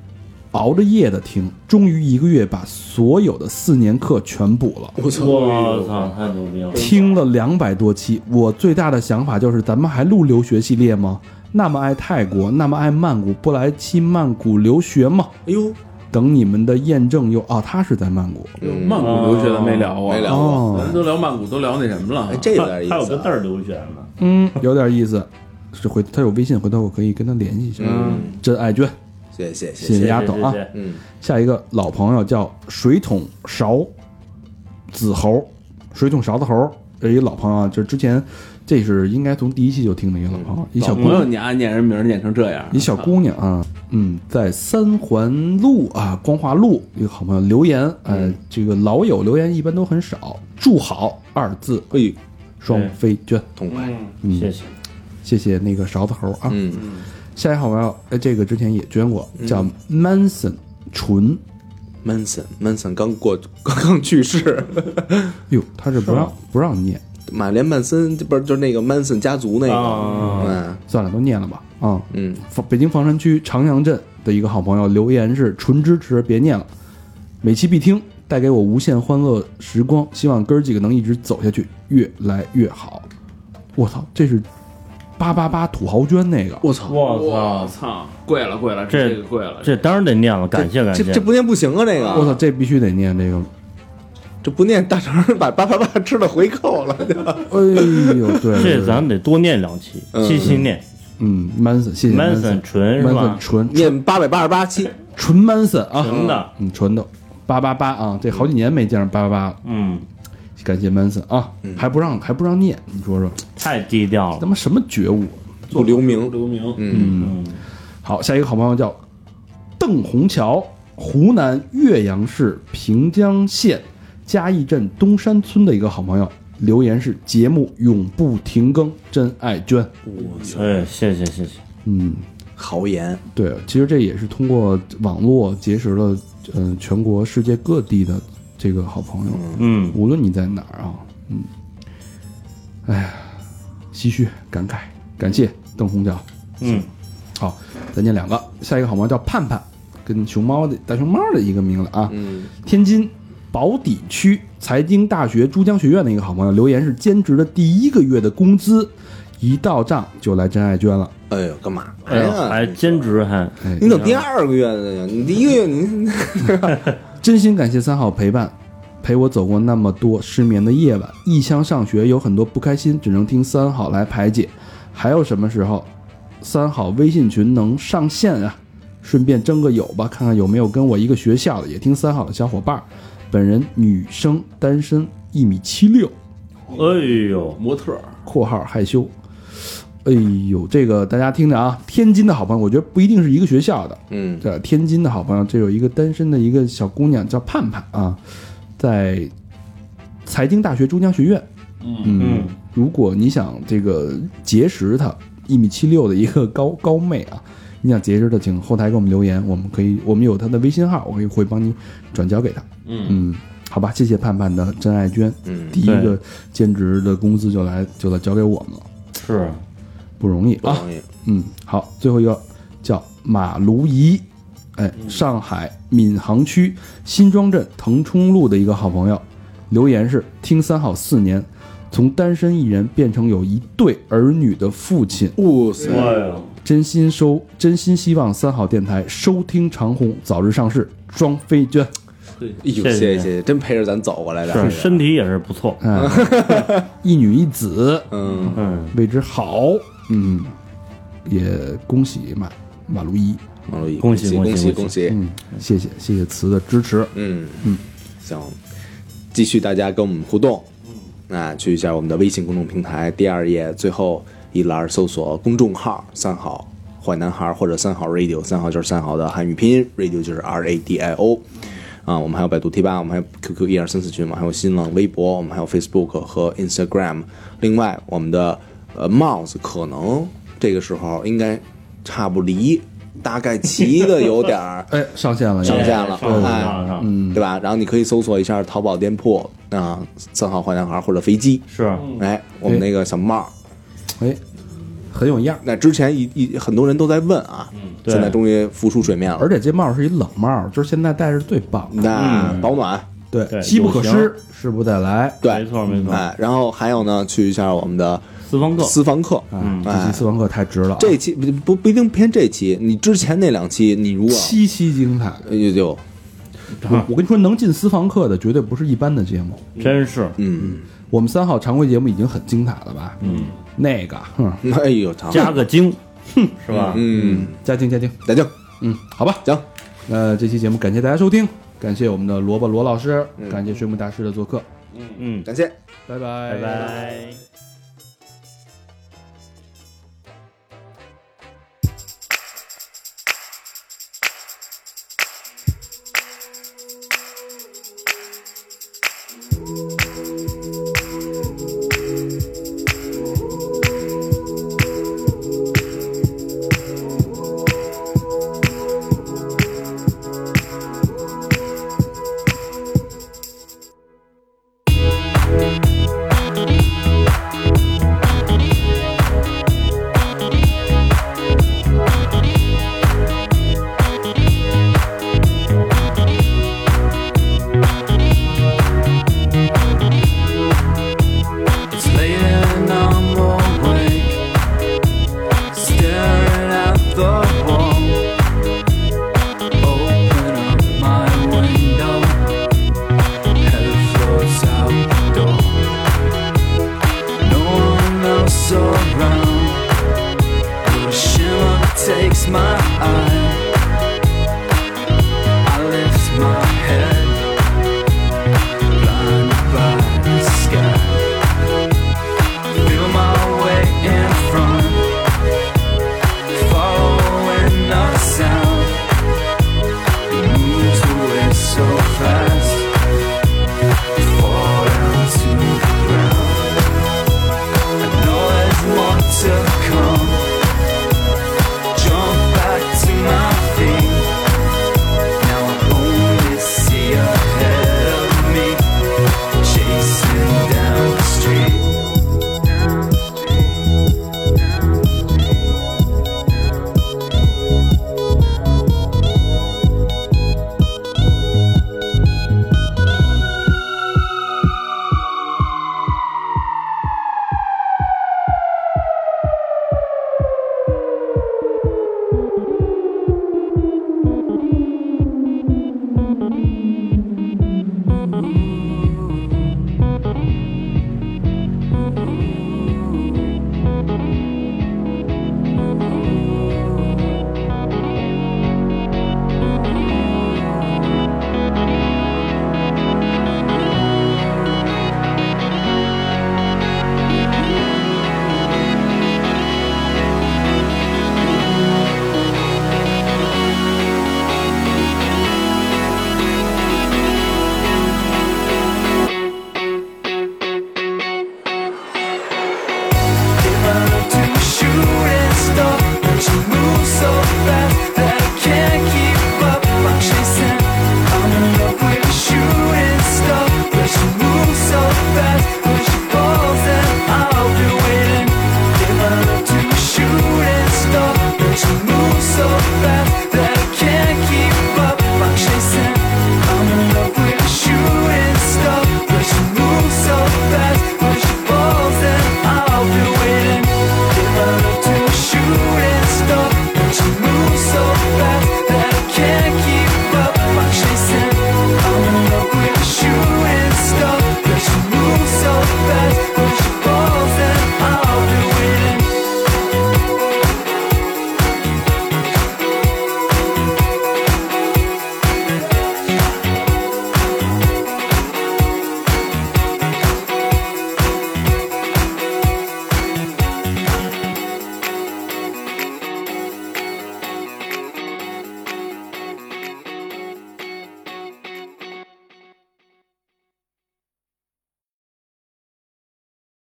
Speaker 2: 熬着夜的听，终于一个月把所有的四年课全补了。
Speaker 6: 我操，
Speaker 5: 我操，太牛逼了！
Speaker 2: 听了两百多期，我最大的想法就是，咱们还录留学系列吗？那么爱泰国，那么爱曼谷，不来期曼谷留学吗？
Speaker 6: 哎呦，
Speaker 2: 等你们的验证又啊，他是在曼谷
Speaker 6: 嗯
Speaker 9: 曼谷留学咱没聊啊，
Speaker 6: 没聊过，
Speaker 2: 哦
Speaker 9: 咱，都聊曼谷，都聊那什么了
Speaker 3: 嗯
Speaker 6: 哎，，这有点意思
Speaker 5: 还
Speaker 6: 啊。
Speaker 5: 有个字儿留选呢，
Speaker 2: 嗯，有点意思。是回他有微信，回头我可以跟他联系一下。
Speaker 6: 嗯，
Speaker 2: 真爱娟，
Speaker 6: 谢谢谢
Speaker 2: 谢
Speaker 6: 谢，
Speaker 2: 谢丫头啊。
Speaker 5: 谢谢
Speaker 6: 嗯，
Speaker 2: 下一个老朋友叫水桶勺子猴，水桶勺子猴，这一老朋友啊，就是之前这是应该从第一期就听的一个老朋友，一小姑
Speaker 9: 朋友
Speaker 2: 娘，
Speaker 9: 你爱念人名儿念成这样，
Speaker 2: 一小姑娘啊，嗯，在三环路啊光华路一个好朋友留言，呃，这个老友留言一般都很少，祝好二字，哎
Speaker 6: 嘿，
Speaker 2: 双飞娟，
Speaker 6: 痛快，
Speaker 2: 嗯，
Speaker 5: 谢谢。
Speaker 2: 谢谢那个勺子猴啊，
Speaker 6: 嗯，
Speaker 2: 下一好朋友，哎，这个之前也捐过，叫 Manson 纯。
Speaker 6: Manson Manson 刚过刚刚去世，
Speaker 2: 哟，他是不让不让念，
Speaker 6: 马连曼森这不是就是那个 Manson 家族那个，
Speaker 2: 算了，都念了吧。啊、
Speaker 6: 嗯
Speaker 2: 房北京房山区长阳镇的一个好朋友留言是纯支持，别念了，每期必听，带给我无限欢乐时光。希望哥儿几个能一直走下去，越来越好。我操，这是八八八土豪捐那个，
Speaker 6: 我操，
Speaker 5: 我
Speaker 9: 我
Speaker 5: 操，
Speaker 9: 操，贵了贵了，
Speaker 5: 这
Speaker 9: 个贵了，
Speaker 5: 这当然得念了，感谢感谢
Speaker 6: 这。这不念不行啊，这个
Speaker 2: 我操，这必须得念这个。
Speaker 6: 这不念大肠把八八八吃了回扣了，
Speaker 2: 哎呦，对，
Speaker 5: <laughs> 这
Speaker 2: 对对
Speaker 5: 咱们得多念两期，
Speaker 6: 嗯
Speaker 5: 细细念。
Speaker 2: 嗯，Manson，谢谢
Speaker 5: Manson 纯是
Speaker 2: Manson
Speaker 5: 吧？
Speaker 2: 纯
Speaker 6: 念八百八十八期，
Speaker 2: 纯 Manson 啊，
Speaker 5: 纯的，
Speaker 2: 嗯，纯的八八八啊，这好几年没见着八八八了，
Speaker 5: 嗯，
Speaker 2: 感谢 Manson 啊，还不让还不让念，你说说
Speaker 5: 太低调
Speaker 2: 他
Speaker 5: 了。
Speaker 2: 妈什么觉悟？
Speaker 6: 不留名。
Speaker 9: 刘明，
Speaker 6: 嗯，
Speaker 5: 嗯，
Speaker 2: 好，下一个好朋友叫邓红桥，湖南岳阳市平江县嘉义镇东山村的一个好朋友，留言是节目永不停更，真爱娟。
Speaker 5: 哎，谢谢谢谢。
Speaker 2: 嗯，
Speaker 6: 豪言，
Speaker 2: 对，其实这也是通过网络结识了，嗯、全国世界各地的这个好朋友，
Speaker 5: 嗯，
Speaker 2: 无论你在哪儿啊，嗯，哎呀，唏嘘感慨，感谢邓红桥。
Speaker 5: 嗯，
Speaker 2: 好，再念两个，下一个好朋友叫盼盼，跟熊猫的大熊猫的一个名字啊，
Speaker 6: 嗯，
Speaker 2: 天津宝坻区财经大学珠江学院的一个好朋友留言是兼职的第一个月的工资，一到账就来真爱捐了，
Speaker 6: 哎呦，干嘛
Speaker 5: 哎呦，还
Speaker 6: 呀？
Speaker 5: 兼职还
Speaker 2: 哎
Speaker 6: 你，等第二个月的呀？你第一个月你
Speaker 2: 真心感谢三好陪伴。陪我走过那么多失眠的夜晚，异乡上学有很多不开心，只能听三好来排解。还有什么时候，三好微信群能上线啊？顺便征个友吧，看看有没有跟我一个学校的，也听三好的小伙伴儿。本人女生，单身，一米七六，
Speaker 5: 哎呦，
Speaker 9: 模特儿，
Speaker 2: （括号害羞）哎呦，这个大家听着啊，天津的好朋友，我觉得不一定是一个学校的。
Speaker 6: 嗯，
Speaker 2: 这天津的好朋友，这有一个单身的一个小姑娘叫盼盼啊，在财经大学珠江学院。
Speaker 9: 嗯，
Speaker 2: 嗯
Speaker 5: 嗯，
Speaker 2: 如果你想这个结识她，一米七六的一个高高妹啊，你想结识她，请后台给我们留言，我们可以，我们有她的微信号，我可以会帮你转交给她。
Speaker 9: 嗯
Speaker 2: 嗯，好吧，谢谢盼盼的真爱捐，
Speaker 6: 嗯
Speaker 2: 第一个兼职的工资就来就来交给我们了，
Speaker 5: 是
Speaker 2: 不容易
Speaker 6: 不
Speaker 2: 啊。
Speaker 6: 容易。
Speaker 2: 嗯，好，最后一个叫马卢怡，哎，
Speaker 6: 嗯
Speaker 2: 上海闵行区新庄镇腾冲路的一个好朋友，留言是听三好四年，从单身一人变成有一对儿女的父亲，
Speaker 6: 哇塞，
Speaker 5: 哎呦，
Speaker 2: 真心收，真心希望三好电台收听长虹早日上市，双飞娟。
Speaker 6: 哎呦，
Speaker 5: 谢
Speaker 6: 谢
Speaker 5: 谢
Speaker 6: 谢谢谢，真陪着咱走过来的。
Speaker 5: 是嗯身体也是不错。
Speaker 2: 哎，一女一子，
Speaker 6: 嗯，
Speaker 5: 嗯，
Speaker 2: 为之好，嗯，也恭喜马马卢怡，
Speaker 6: 马路易，
Speaker 5: 恭喜
Speaker 6: 恭喜
Speaker 5: 恭
Speaker 6: 恭喜！
Speaker 2: 嗯，谢谢谢谢词的支持，
Speaker 6: 嗯嗯，行，继续大家跟我们互动。那去一下我们的微信公众平台，第二页最后一栏搜索公众号“三好坏男孩”或者“三好 radio”，三好就是三好的汉语拼音，radio 就是 R A D I O。啊，我们还有百度贴吧，我们还有 QQ 一二三四群，我们还有新浪微博，我们还有 Facebook 和 Instagram。另外，我们的呃帽子可能这个时候应该差不离，大概齐的有点儿
Speaker 2: 哎，上线了，
Speaker 6: 上线
Speaker 5: <laughs>
Speaker 6: 了，
Speaker 5: 上上
Speaker 6: 哎
Speaker 5: 上上，
Speaker 6: 对吧？然后你可以搜索一下淘宝店铺啊、三好坏男孩或者飞机，
Speaker 5: 是
Speaker 6: 哎，我们那个小帽儿。
Speaker 2: 哎，很有样儿。
Speaker 6: 那之前一一很多人都在问啊，
Speaker 5: 对
Speaker 6: 现在终于浮出水面了
Speaker 2: 而。且这帽儿是一冷帽儿，就是现在戴是最棒
Speaker 5: 嗯
Speaker 2: 的。
Speaker 6: 那保暖，
Speaker 2: 对
Speaker 5: 对
Speaker 2: 机不可
Speaker 5: 有
Speaker 2: 失，时不再来。
Speaker 5: 没
Speaker 6: 对，
Speaker 5: 错没错。
Speaker 6: 哎，然后还有呢，去一下我们的
Speaker 5: 四方客，
Speaker 6: 私房课，
Speaker 5: 嗯
Speaker 2: 这期
Speaker 6: 哎，
Speaker 2: 私房课太值了啊，
Speaker 6: 这期不不不一定偏这期，你之前那两期，你如果
Speaker 2: 七期精彩。
Speaker 6: 哎呦就
Speaker 2: 我我跟你说，能进私房课的绝对不是一般的节目。
Speaker 5: 真是
Speaker 6: 嗯，
Speaker 2: 我们三号常规节目已经很精彩了吧？嗯，那个，哼，
Speaker 6: 哎呦，长，
Speaker 5: 加个 <laughs> 精，是吧？
Speaker 6: 嗯，
Speaker 2: 加精加精，
Speaker 6: 再见，
Speaker 2: 嗯，好吧。
Speaker 6: 行，
Speaker 2: 那这期节目感谢大家收听，感谢我们的萝卜罗老师，感谢水母大师的做客，
Speaker 5: 嗯，
Speaker 6: 感谢。
Speaker 2: 拜拜
Speaker 5: 拜拜。